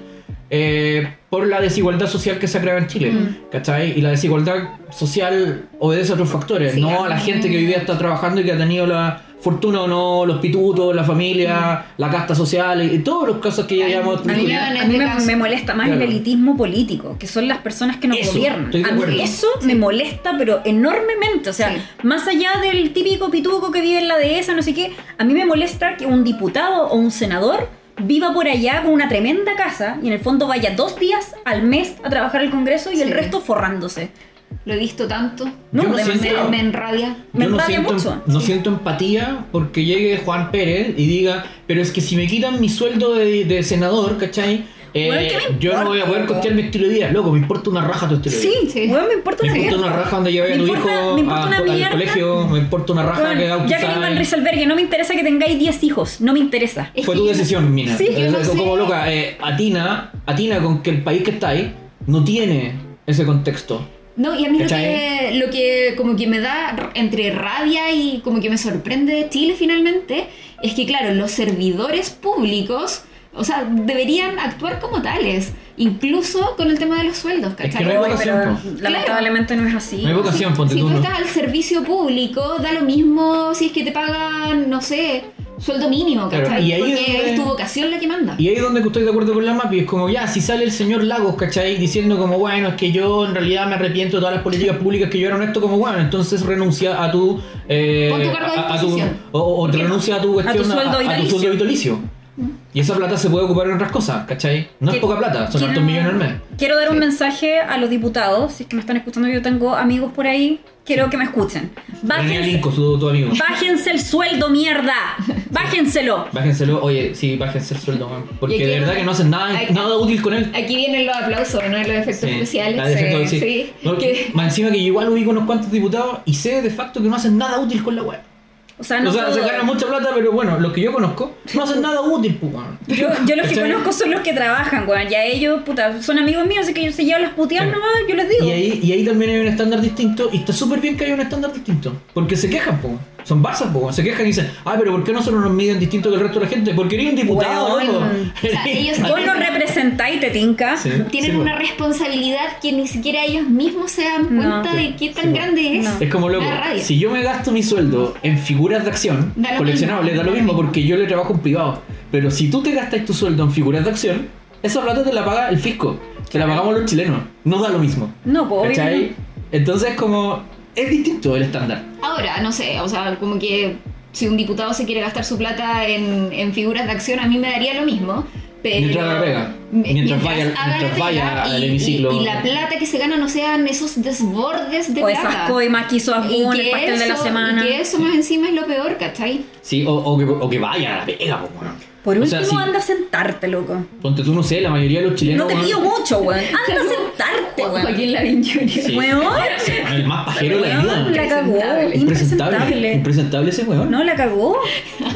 B: eh, por la desigualdad social que se agrava en Chile,
A: Mm.
B: ¿cachai? Y la desigualdad social obedece a otros factores,
A: Sí,
B: no a la
A: mm.
B: gente que hoy día está trabajando y que ha tenido la fortuna o no, los pitutos, la familia, la casta social y, y todos los casos que
A: Mm.
B: ya
A: Ay,
B: llevamos...
A: a mí me- este
C: A mí me, me molesta más
B: Claro.
C: el elitismo político, que son las personas que nos
B: Eso,
C: gobiernan.
B: estoy de
C: A mí
B: acuerdo.
C: eso me molesta, pero enormemente. O sea,
A: Sí.
C: más allá del típico pituco que vive en la dehesa, no sé qué, a mí me molesta que un diputado o un senador viva por allá con una tremenda casa y en el fondo vaya dos días al mes a trabajar al Congreso y el
A: Sí.
C: resto forrándose.
A: Lo he visto tanto.
C: No,
B: Yo no
A: Me-
C: demasiado.
B: siento-
A: me enrabia.
C: Me
B: Yo no
C: enrabia
B: siento, em,
C: mucho.
B: no siento empatía porque llegue Juan Pérez y diga, pero es que si me quitan mi sueldo de, de senador, ¿cachai? Eh,
C: Bueno, ¿qué me
B: yo no
C: importa,
B: voy a poder
C: loco?
B: costear mi estilo de vida. Loco, me importa una raja tu estilo de vida.
C: Sí,
A: Sí.
C: weón, me importa
B: Me
C: una
B: importa una
C: mierda.
B: raja donde lleve a
C: Me
B: tu
C: importa-
B: hijo
C: me importa
B: a-
C: una
B: al
C: mierda.
B: colegio, me importa una raja
C: Weón,
B: que haga
C: Jacqueline Van Rieselberg, no me interesa que tengáis 10 hijos, no me interesa.
A: Es
B: Fue
A: que
B: tu
A: yo-
B: decisión, Mina.
C: Sí,
A: yo no
B: Es como
A: sé.
B: loca, eh, atina, atina con que el país que está ahí no tiene ese contexto.
A: No, y a mí lo que,
B: ¿Cachai?
A: lo que como que me da r- entre rabia y como que me sorprende de Chile finalmente es que, claro, los servidores públicos, o sea, deberían actuar como tales, incluso con el tema de los sueldos,
B: Es
A: ¿cachai?
B: que no hay
C: Ay, pero
B: vocación. po.
C: lamentablemente no es así.
B: No hay vocación, ponte
A: Si
B: tú.
A: tú
B: ¿no?
A: estás al servicio público, da lo mismo si es que te pagan, no sé, sueldo mínimo,
B: Claro,
A: ¿cachai?
B: y ahí
A: Porque
B: es donde-
A: es tu vocación la que manda.
B: Y ahí es donde estoy de acuerdo con la MAPI, es como ya, si sale el señor Lagos, ¿cachai? Diciendo como, bueno, es que yo en realidad me arrepiento de todas las políticas públicas que llevaron a esto, como, bueno, entonces renuncia a tu... eh,
A: Pon tu cargo a
B: a, a tu
A: disposición.
B: o, o te renuncia a tu cuestión,
C: sueldo vitalicio.
B: sueldo vitalicio. Y esa plata se puede ocupar en otras cosas, ¿cachai? No es
C: Quiero-
B: poca plata, son
C: quiero-
B: hartos millones al mes.
C: Quiero dar un mensaje a los diputados, si es que me están escuchando, yo tengo amigos por ahí, quiero que me escuchen.
B: Daniel
C: Bájense,
B: Linco, tu, tu amigo.
C: bájense el sueldo, mierda. Bájenselo.
B: Bájenselo, oye, sí, bájense el sueldo, man,
A: Y
B: Porque
A: aquí-
B: de verdad que no hacen nada,
A: Ay.
B: nada útil con él.
A: Aquí vienen los aplausos, ¿no? Los efectos
B: Sí,
A: especiales.
B: la de efecto- sí. No,
A: eh, que-
B: Más encima que yo igual ubico unos cuantos diputados y sé de facto que no hacen nada útil con la web.
C: O sea, Ah, no
B: o sea, se
C: todo.
B: gana mucha plata, pero bueno, los que yo conozco no hacen nada útil, pues, weón.
C: Yo, yo los que
B: ¿Cachai?
C: conozco son los que trabajan, weón. Ya ellos, puta, son amigos míos, así que ellos se llevan las puteadas
B: Claro.
C: nomás, yo les digo.
B: Y ahí, y ahí también hay un estándar distinto, y está súper bien que haya un estándar distinto. Porque se quejan, pues. Son barzas, pues. weón. Se quejan y dicen, ah, pero ¿por qué nosotros nos miden distinto que el resto de la gente? Porque eres un diputado,
C: Weón.
B: loco.
A: O sea, ellos
C: Vos no representáis, te tinca.
B: Sí,
A: tienen
B: sí,
A: una
B: weón.
A: responsabilidad que ni siquiera ellos mismos se dan
C: No.
A: cuenta
B: Sí,
A: de qué
B: sí,
A: tan
B: po.
A: grande es.
C: No.
B: Es como loco,
A: Me da rabia.
B: si yo me gasto mi sueldo en figuras de acción
A: Da lo
B: coleccionables,
A: mismo.
B: da lo mismo porque yo le trabajo en privado. Pero si tú te gastas tu sueldo en figuras de acción, esa plata te la paga el fisco. Se la pagamos los chilenos. No da lo mismo.
C: No, pues
B: ¿Cachai?
C: obviamente.
B: Entonces, como. Es distinto el estándar.
A: Ahora, no sé, o sea, como que si un diputado se quiere gastar su plata en, en figuras de acción, a mí me daría lo mismo. Pero
B: Mientras la pega,
A: Me-
B: mientras vaya-
A: haga la
B: mientras vaya
A: pega
B: al
A: y-
B: hemiciclo.
A: Y, y la plata que se gana no sean esos desbordes de
C: O
A: plata.
C: esas coimas que hizo
A: Y
C: Asbun, el
A: que
C: pastel de la
A: eso-
C: semana.
A: y que eso más encima es lo peor, ¿cachai?
B: Sí, o, o que, o que vaya a la pega, po, weón.
C: Por
B: O
C: último,
B: sea, sí,
C: anda a sentarte, loco.
B: Ponte tú, no sé, la mayoría de los chilenos.
C: No te
B: weón,
C: pido mucho, weón. Anda a sentarte,
A: Jo-
C: weón.
A: Joaquín Lavín Jr.
B: Sí.
C: Weón.
B: El más pajero de la
C: Weón,
B: vida.
C: la cagó.
A: Impresentable.
B: Impresentable.
C: Impresentable.
B: Impresentable ese weón.
C: No, la cagó.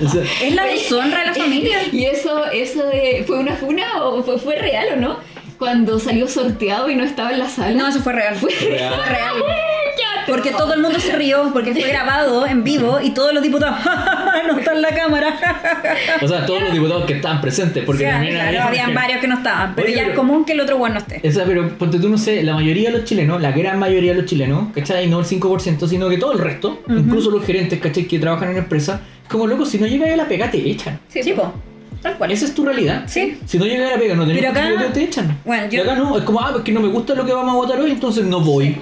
B: O sea,
C: Es la deshonra de la familia.
A: ¿Y eso, eso de, fue una funa o fue, fue real o no? Cuando salió sorteado y no estaba en la sala.
C: No, eso fue real. Fue
B: real.
C: real. Porque todo el mundo se rió, porque fue grabado en vivo y todos los diputados, "Ja, ja, ja, no está en la cámara.
B: o sea, todos los diputados que estaban presentes. Porque
C: o sea,
B: también
C: claro,
B: había-
C: habían varios que no estaban, pero
B: Oye,
C: ya
B: pero-
C: es común que el otro weón no esté.
B: O sea, pero ponte tú, no sé, la mayoría de los chilenos, la gran mayoría de los chilenos, ¿cachai? No el 5%, sino que todo el resto, incluso los gerentes, ¿cachai? Que trabajan en empresas, es como loco, si no llegas a la pega, te echan.
C: Sí, po. Tal cual.
B: Esa es tu realidad.
C: Sí.
B: Si no llegas a la pega, no tenés
C: Pero acá-
B: que te echan.
C: Bueno, yo-
B: Y acá no, es como, ah, es que no me gusta lo que vamos a votar hoy, entonces no voy.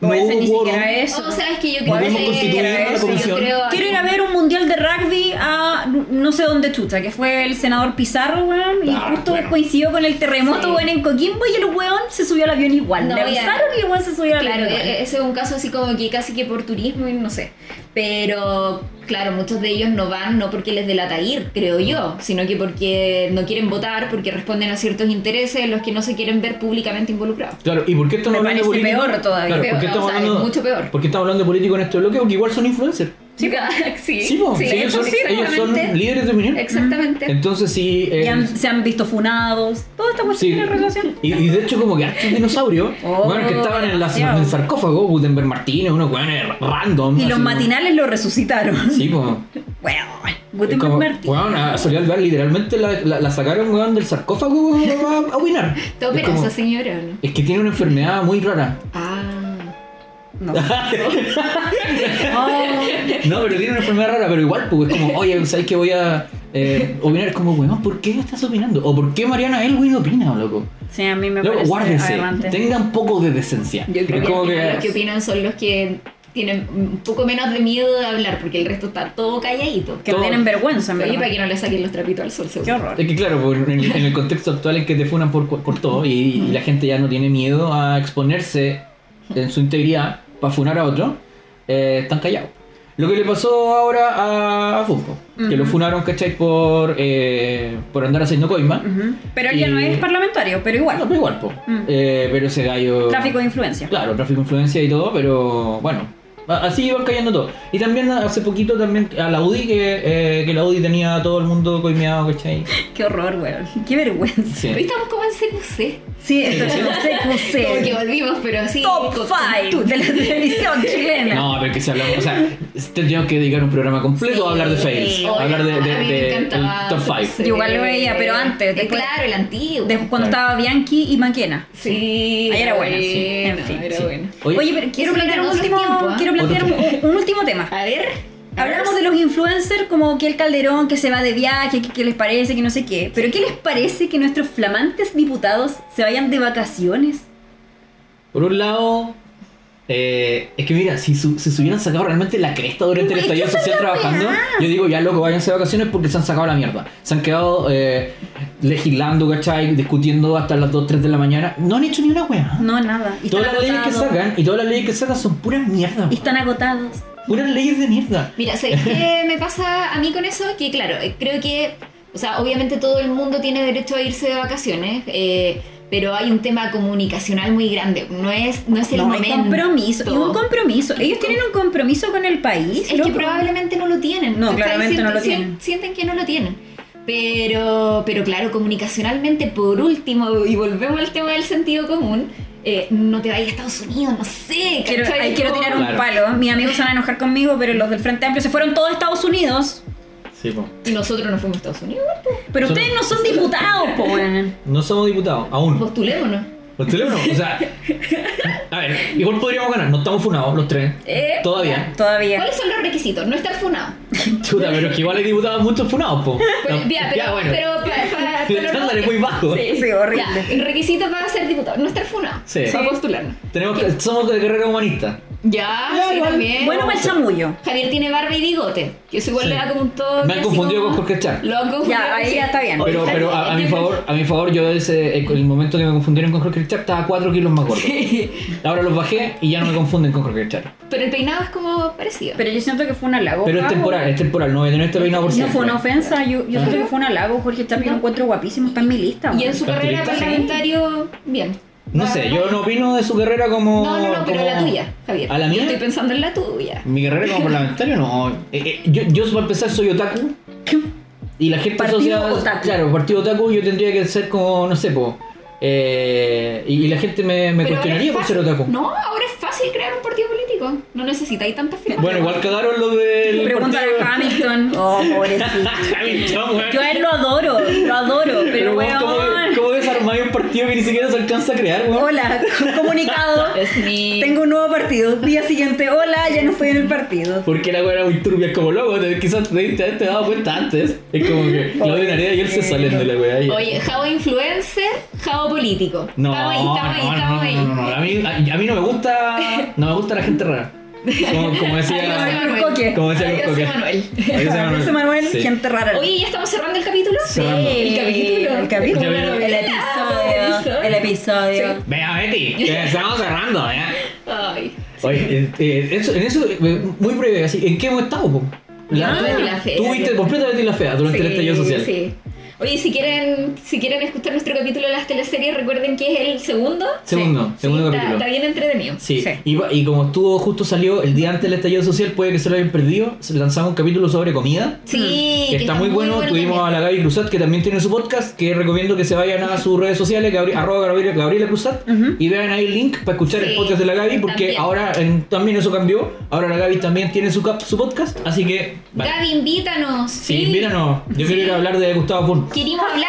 C: O a veces ni
B: hubo
C: siquiera
B: quórum.
C: eso.
A: O sea, es que yo
B: Podemos
A: creo que-
B: constituir
A: era
B: una
A: eso, yo
B: comisión.
A: creo-
C: Quiero ir a ver un mundial de rugby a no sé dónde chucha, que fue el senador Pizarro, weón, y
B: Ah,
C: justo
B: bueno.
C: coincidió con el terremoto,
A: Sí.
C: weón, en Coquimbo y el weón se subió al avión igual.
A: No,
C: Le
A: ya.
C: avisaron y el weón se subió al
A: Claro,
C: avión
A: e-
C: igual.
A: e- ese es un caso así como que casi que por turismo y no sé. Pero claro, muchos de ellos no van no porque les delata ir, creo yo, sino que porque no quieren votar, porque responden a ciertos intereses en los que no se quieren ver públicamente involucrados.
B: Claro, ¿y por qué estamos
C: Me
B: hablando de
C: parece
B: político?
C: peor todavía,
B: Claro,
A: peor,
B: ¿por qué
A: o
B: estamos
A: sea, es
B: hablando,
A: mucho peor.
B: ¿Por qué estamos hablando de político en este bloque? Porque igual son influencers.
A: Sí, sí,
B: Sí, po, si ellos, son, ellos son líderes de opinión.
A: Exactamente.
B: Entonces sí. eh,
C: Y han- se han visto funados, toda esta cuestión
B: sí.
C: tiene relación.
B: Y, y de hecho, como que estos dinosaurios,
C: Oh,
B: bueno, que estaban en, las-
C: demasiado.
B: en el sarcófago, Gutenberg Martínez, unos weones random.
C: Y
B: matinales
C: los matinales lo resucitaron.
B: Sí, como.
C: Weón,
B: es
C: Gutenberg
B: como,
C: Martí.
B: Weón, a Soledad Alvear literalmente la, la, la sacaron weón, del sarcófago weón, no va a opinar.
A: ¿Te
B: Es, como-
A: operas esa señora o no?
B: es que tiene una enfermedad muy rara.
A: Ah.
C: No. Oh.
B: No, pero tiene una enfermedad rara, pero igual, pues es como, oye, ¿sabes qué voy a eh, opinar? Es como, weón, ¿por qué estás opinando? ¿O por qué Mariana Elwin opina, loco?
C: Sí, a mí me
B: Loco,
C: parece
B: guárdense,
C: aberrante.
B: tengan un poco de decencia.
A: Yo creo que,
B: Es como
A: al final
B: que-
A: los que opinan son los que tienen un poco menos de miedo de hablar, porque el resto está todo calladito.
C: Que
B: todo-
C: tienen vergüenza, en
A: Oye,
C: verdad.
A: para que no le saquen los trapitos al sol, seguro.
C: Qué horror.
B: Es que claro, por- en, en el contexto actual en que te funan por, por todo y, y la gente ya no tiene miedo a exponerse en su integridad para funar a otro, eh, están callados. Lo que le pasó ahora a, a Funko, que lo funaron, ¿cachai? Por, eh, por andar haciendo coima.
C: Ujú. Pero él ya no
B: Y-
C: es parlamentario, pero
B: Bueno,
C: igual.
B: pero igual, po.
C: Mm.
B: Eh, pero ese gallo...
C: Tráfico de influencia.
B: Claro, tráfico de influencia y todo, pero bueno, a- así iban cayendo todo. Y también hace poquito también a la UDI, que, eh, que la UDI tenía a todo el mundo coimeado, ¿cachai?
C: Qué horror, weón. Qué vergüenza.
B: Sí.
A: Hoy estamos como en CQC.
C: Sí, esto es no sé, no
A: Como que
C: sé.
A: volvimos, pero así.
C: Eh, Top
A: con- con
C: 5
A: tú.
C: de la televisión chilena.
B: No, a ver que se hablamos, o sea, tendríamos que dedicar un programa completo a hablar de fails,
C: Sí.
B: a hablar de, de-
A: A mí me
B: de- el
A: encantaba
B: top
A: CQC.
B: 5.
C: Yo igual lo veía, pero antes,
A: Eh,
C: después-
A: claro, el antiguo.
C: De cuando estaba Bianchi y Manquena.
A: Sí.
C: Ahí era buena, sí.
A: bueno,
C: En fin,
A: era
B: sí.
A: bueno.
B: Oye,
C: Oye, pero quiero
A: eso
C: plantear
A: ganó
C: un
A: otro
C: último,
A: tiempo, ¿ah?
C: quiero plantear
B: Otro
C: un, un último tema.
A: A ver.
C: Hablamos de los influencers como que el Calderón que se va de viaje, que, que les parece, que no sé qué. Pero ¿qué les parece que nuestros flamantes diputados se vayan de vacaciones?
B: Por un lado, eh, es que mira, si, su- si se hubieran sacado realmente la cresta durante el
C: Güey,
B: estallido
C: ¿qué son
B: social
C: la
B: trabajando,
C: weá?
B: yo digo, ya loco, váyanse de vacaciones porque se han sacado la mierda. Se han quedado eh, legislando, ¿cachai? Discutiendo hasta las 2, 3 de la mañana. No han hecho ni una weá.
C: No, nada. Y
B: todas las leyes que
C: agotados.
B: sacan, y todas las leyes que sacan son puras mierdas.
C: Y están agotados.
B: Puras leyes de mierda.
A: Mira, ¿sabes qué me pasa a mí con eso? Que claro, eh, creo que, o sea, obviamente todo el mundo tiene derecho a irse de vacaciones, eh, pero hay un tema comunicacional muy grande. No es, no es el
C: No, hay
A: momento.
C: compromiso. Y un compromiso. Ellos tienen un compromiso con el país.
A: Es que
C: loco.
A: probablemente no lo tienen.
C: No,
A: ¿cachai?
C: claramente no lo
A: sien-
C: tienen.
A: Sienten que no lo tienen. Pero, pero claro, comunicacionalmente, por último, y volvemos al tema del sentido común, eh, no te vayas a Estados Unidos, no sé.
C: Quiero,
A: ¿cachai?
C: ahí quiero
A: Como-
C: tirar un
B: Claro.
C: palo. Mis amigos se van a enojar conmigo, pero los del Frente Amplio se fueron todos a Estados Unidos.
B: Sí, po.
A: Nosotros no fuimos a Estados Unidos,
C: Pero
B: Solo-
C: ustedes no son diputados, po, weón.
B: No somos diputados, aún.
A: postulémonos.
B: Los teléfonos, o sea. A ver, igual podríamos ganar. No estamos funados los tres.
A: Eh,
B: Todavía.
C: Todavía.
A: ¿Cuáles son los requisitos? No estar funado.
B: Chuta, pero es que igual hay diputados muchos funados, po.
A: Pues, Pero,
B: No,
A: mira, pero,
B: ya, bueno.
A: pero para, ya,
B: El
A: pero no,
B: estándar es muy bajo.
C: Sí, horrible.
A: Ya, el requisito para ser diputado, no estar funado.
B: Sí.
A: Para postularnos.
B: Tenemos que, somos de carrera humanista.
A: Ya,
B: Ya,
A: sí,
B: igual,
A: también.
C: Bueno, mal chamullo.
A: Javier tiene barba y bigote, que eso igual
B: Sí.
A: le da como un toque.
B: Me han
A: así
B: confundido
A: como-
B: con Jorge Char.
A: Lo han confundido.
C: Ya, ahí
A: sí.
C: ya está bien.
A: Oye,
B: Pero, pero a, a mi
A: es
B: favor, a mi favor, yo ese, el, el momento que me confundieron con Jorge Char estaba 4 kilos más gordo.
A: diferente.
B: Ahora los bajé y ya no me confunden con Jorge Char.
A: Pero el peinado es como parecido.
C: Pero yo siento que fue un halago.
B: Pero es
C: Pablo.
B: temporal, es temporal, no voy a tener este peinado por
C: No
B: siempre.
C: fue una ofensa, yo, yo
B: Ah.
C: siento que fue un halago, Jorge Chávez, yo lo encuentro guapísimo, está en mi lista.
A: y
C: güey.
A: en su carrera
B: ¿Panturista?
A: parlamentario, bien.
B: No sé, yo no opino de su carrera como.
A: No, no, no, pero
B: como-
A: la tuya, Javier.
B: ¿A la
A: Yo
B: mía?
A: Estoy pensando en la tuya.
B: Mi carrera como parlamentario no. Eh, eh, yo, yo para empezar soy otaku. Y la gente
C: Partido
B: asociada.
C: otaku.
B: Claro, partido otaku yo tendría que ser como, no sé, po. eh, y, y la gente me, me
A: Pero
B: cuestionaría por
A: ahora es
B: ser
A: fácil-
B: otaku.
A: No, ahora es fácil crear un partido político. No necesitáis tantas firmas.
B: Bueno, igual cagaron lo del.
C: Pregúntale
B: partido- Ah,
C: a Hamilton. Oh, pobrecito.
B: Hamilton, weón.
C: Yo a él lo adoro, lo adoro, pero
B: weón, ¿cómo,
C: weón.
B: ¿Cómo desarmáis un partido que ni siquiera se alcanza a crear, weón?
C: Hola, comunicado.
A: Es mi.
C: Tengo un nuevo partido. Día siguiente, hola, ya no estoy en el partido.
B: Porque la weá era muy turbia, es como loco, te- quizás te diste te dado cuenta antes. Es como que Claudio Narea y él se salen de la weá. y-
A: Oye, Javo influencer, Javo político.
B: No,
A: estamos ahí, estamos ahí,
B: no,
A: estamos
B: no,
A: ahí.
B: no, no, no. A, mí, a, a mí no me gusta no me gusta la gente rara. Como, como
A: Adiós,
B: decía
A: Emanuel.
C: Coque.
B: como decía
A: Adiós,
B: Coque.
A: Emanuel.
B: Adiós, Emanuel.
C: José Manuel,
B: Sí.
C: gente rara.
A: Oye, ¿ya estamos cerrando el capítulo?
B: Cerrando.
A: El capítulo. Ah,
C: El capítulo.
B: El capítulo.
C: El episodio. El episodio.
B: Venga, Betty, que estamos cerrando, ¿eh?
A: Ay.
B: Oye, eh, eh, eso, en eso, eh, muy breve, así, ¿en qué hemos estado, po?
A: Ah, Betty la Fea.
B: Tú viste completamente la fea durante el estallido social.
A: Sí. Oye, si quieren, si quieren escuchar nuestro capítulo de las teleseries, recuerden que es el segundo.
B: Segundo,
A: Sí,
B: segundo
A: está-
B: capítulo.
A: Está, bien entretenido.
B: Sí,
C: Sí.
B: Y, va- y como estuvo justo salió el día antes del estallido social, puede que se lo hayan perdido. se- Lanzamos un capítulo sobre comida.
C: Mm.
A: Sí,
B: que está muy bueno. Tuvimos a la Gaby Cruzat, que también tiene su podcast, que recomiendo que se vayan a sus redes sociales, Gabri- arroba Gabriela, Gabriela Cruzat,
C: Ujú.
B: y vean ahí el link para escuchar
A: Sí,
B: el podcast de la Gaby, porque
A: también.
B: ahora en- también eso cambió. Ahora la Gaby también tiene su, cap- su podcast, así que... vale.
A: Gaby, invítanos.
B: Sí, invítanos. Yo quiero ir a hablar de Gustavo Fun.
A: Queremos hablar.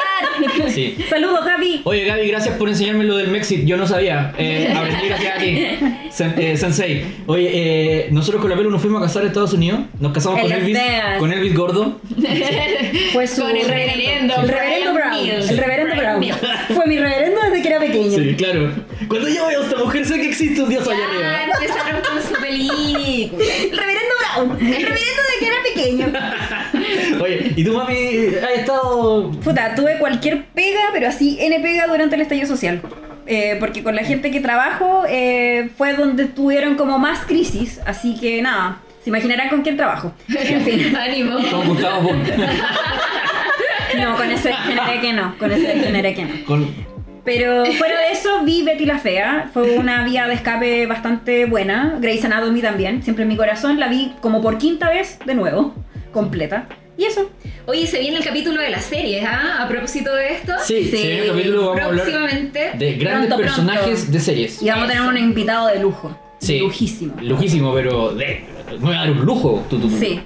B: Sí.
C: Saludos, Gaby.
B: Oye Gaby, gracias por enseñarme lo del Mexit, yo no sabía. Eh, aprendí gracias a ti, Sen- eh, Sensei. Oye, eh, nosotros con la Pelu nos fuimos a casar a Estados Unidos, nos casamos
C: En
B: con
C: Las
B: Elvis,
C: Vegas.
B: con Elvis Gordo.
C: Fue su
A: Con el reverendo
C: El
A: Brian
C: reverendo Brown.
A: Mills.
C: El reverendo
A: Brian
C: Brown.
A: Mills.
C: Fue mi reverendo desde que era pequeño.
B: Sí, claro. Cuando yo veo a esta mujer sé que existe un dios allá
A: Ya
B: arriba.
A: empezaron con su película.
C: El reverendo Brown. El reverendo desde que era pequeño.
B: Oye, ¿y tú mami has estado...?
C: Puta, tuve cualquier pega, pero así N pega durante el estallido social. Eh, porque con la gente que trabajo eh, fue donde tuvieron como más crisis. Así que nada, se imaginarán con quién trabajo. En fin,
A: Ánimo.
B: Con Gustavo Fun.
C: no, con ese generé que no. Con ese generé que no.
B: Con...
C: Pero fuera de eso, vi Betty la Fea. Fue una vía de escape bastante buena. Grey's Anatomy también, siempre en mi corazón. La vi como por quinta vez de nuevo, completa. Y eso.
A: Oye, se viene el capítulo de las series, ¿ah? A propósito de esto.
B: Sí, se viene el capítulo, vamos a hablar
A: Próximamente.
B: De grandes
C: Pronto,
B: personajes
C: pronto.
B: de series.
C: Y vamos a tener un invitado de lujo.
B: Sí.
C: Lujísimo.
B: Lujísimo, pero de... me va a dar un lujo. Tú, tú, tú.
C: Sí.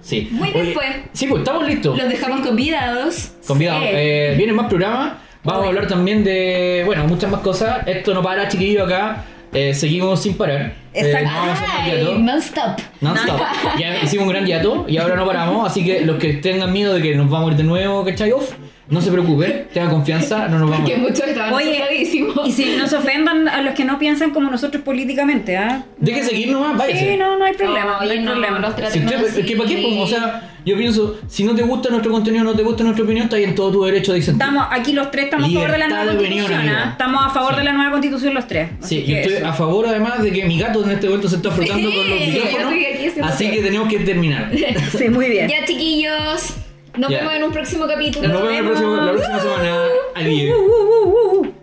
B: Sí.
A: Muy bien, pues.
B: Sí, pues estamos listos.
A: Los dejamos convidados.
B: Convidado.
C: Sí.
B: Eh, vienen más programas. Vamos a hablar también de, bueno, muchas más cosas. Esto no para, chiquillos, acá. Eh, seguimos sin parar. Eh,
C: Exacto.
B: no vamos a hacer más
A: Ay,
B: hiato.
A: non-stop.
B: Non-stop. ya hicimos un gran hiato y ahora no paramos. Así que los que tengan miedo de que nos vamos a ir de nuevo, ¿cachai? Off, no se preocupen. Tengan confianza, no nos vamos a
A: Que
B: ir.
A: muchos estaban
C: Oye, y
A: asustadísimos.
C: si nos ofendan a los que no piensan como nosotros políticamente, ¿ah?
B: Deje seguir nomás, váyase.
C: Sí, no, no hay problema. No,
A: Oye,
C: hay
A: no,
C: problema.
A: los
B: Si
A: tratemos
B: usted, es que para qué,
A: así.
B: pues, o sea, yo pienso, si no te gusta nuestro contenido, no te gusta nuestra opinión, está ahí en todo tu derecho de disentir.
C: Estamos aquí los tres estamos a favor de
B: Libertad
C: la nueva
B: de opinión,
C: constitución, ¿ah?
B: amigo.
C: Estamos a favor
B: Sí.
C: de la nueva constitución los tres. Así
B: Sí, yo
C: que
B: estoy
C: eso.
B: a favor además de que mi gato en este momento se está frotando
A: Sí,
B: con los
A: yo
B: micrófonos.
A: estoy aquí haciendo
B: Así
A: todo.
B: que tenemos que terminar.
C: Sí, muy bien.
A: Ya, chiquillos. Nos
B: Ya.
A: vemos en un próximo capítulo.
B: Nos vemos el próximo- la próxima semana. Adiós.
C: Uh, uh, uh, uh, uh.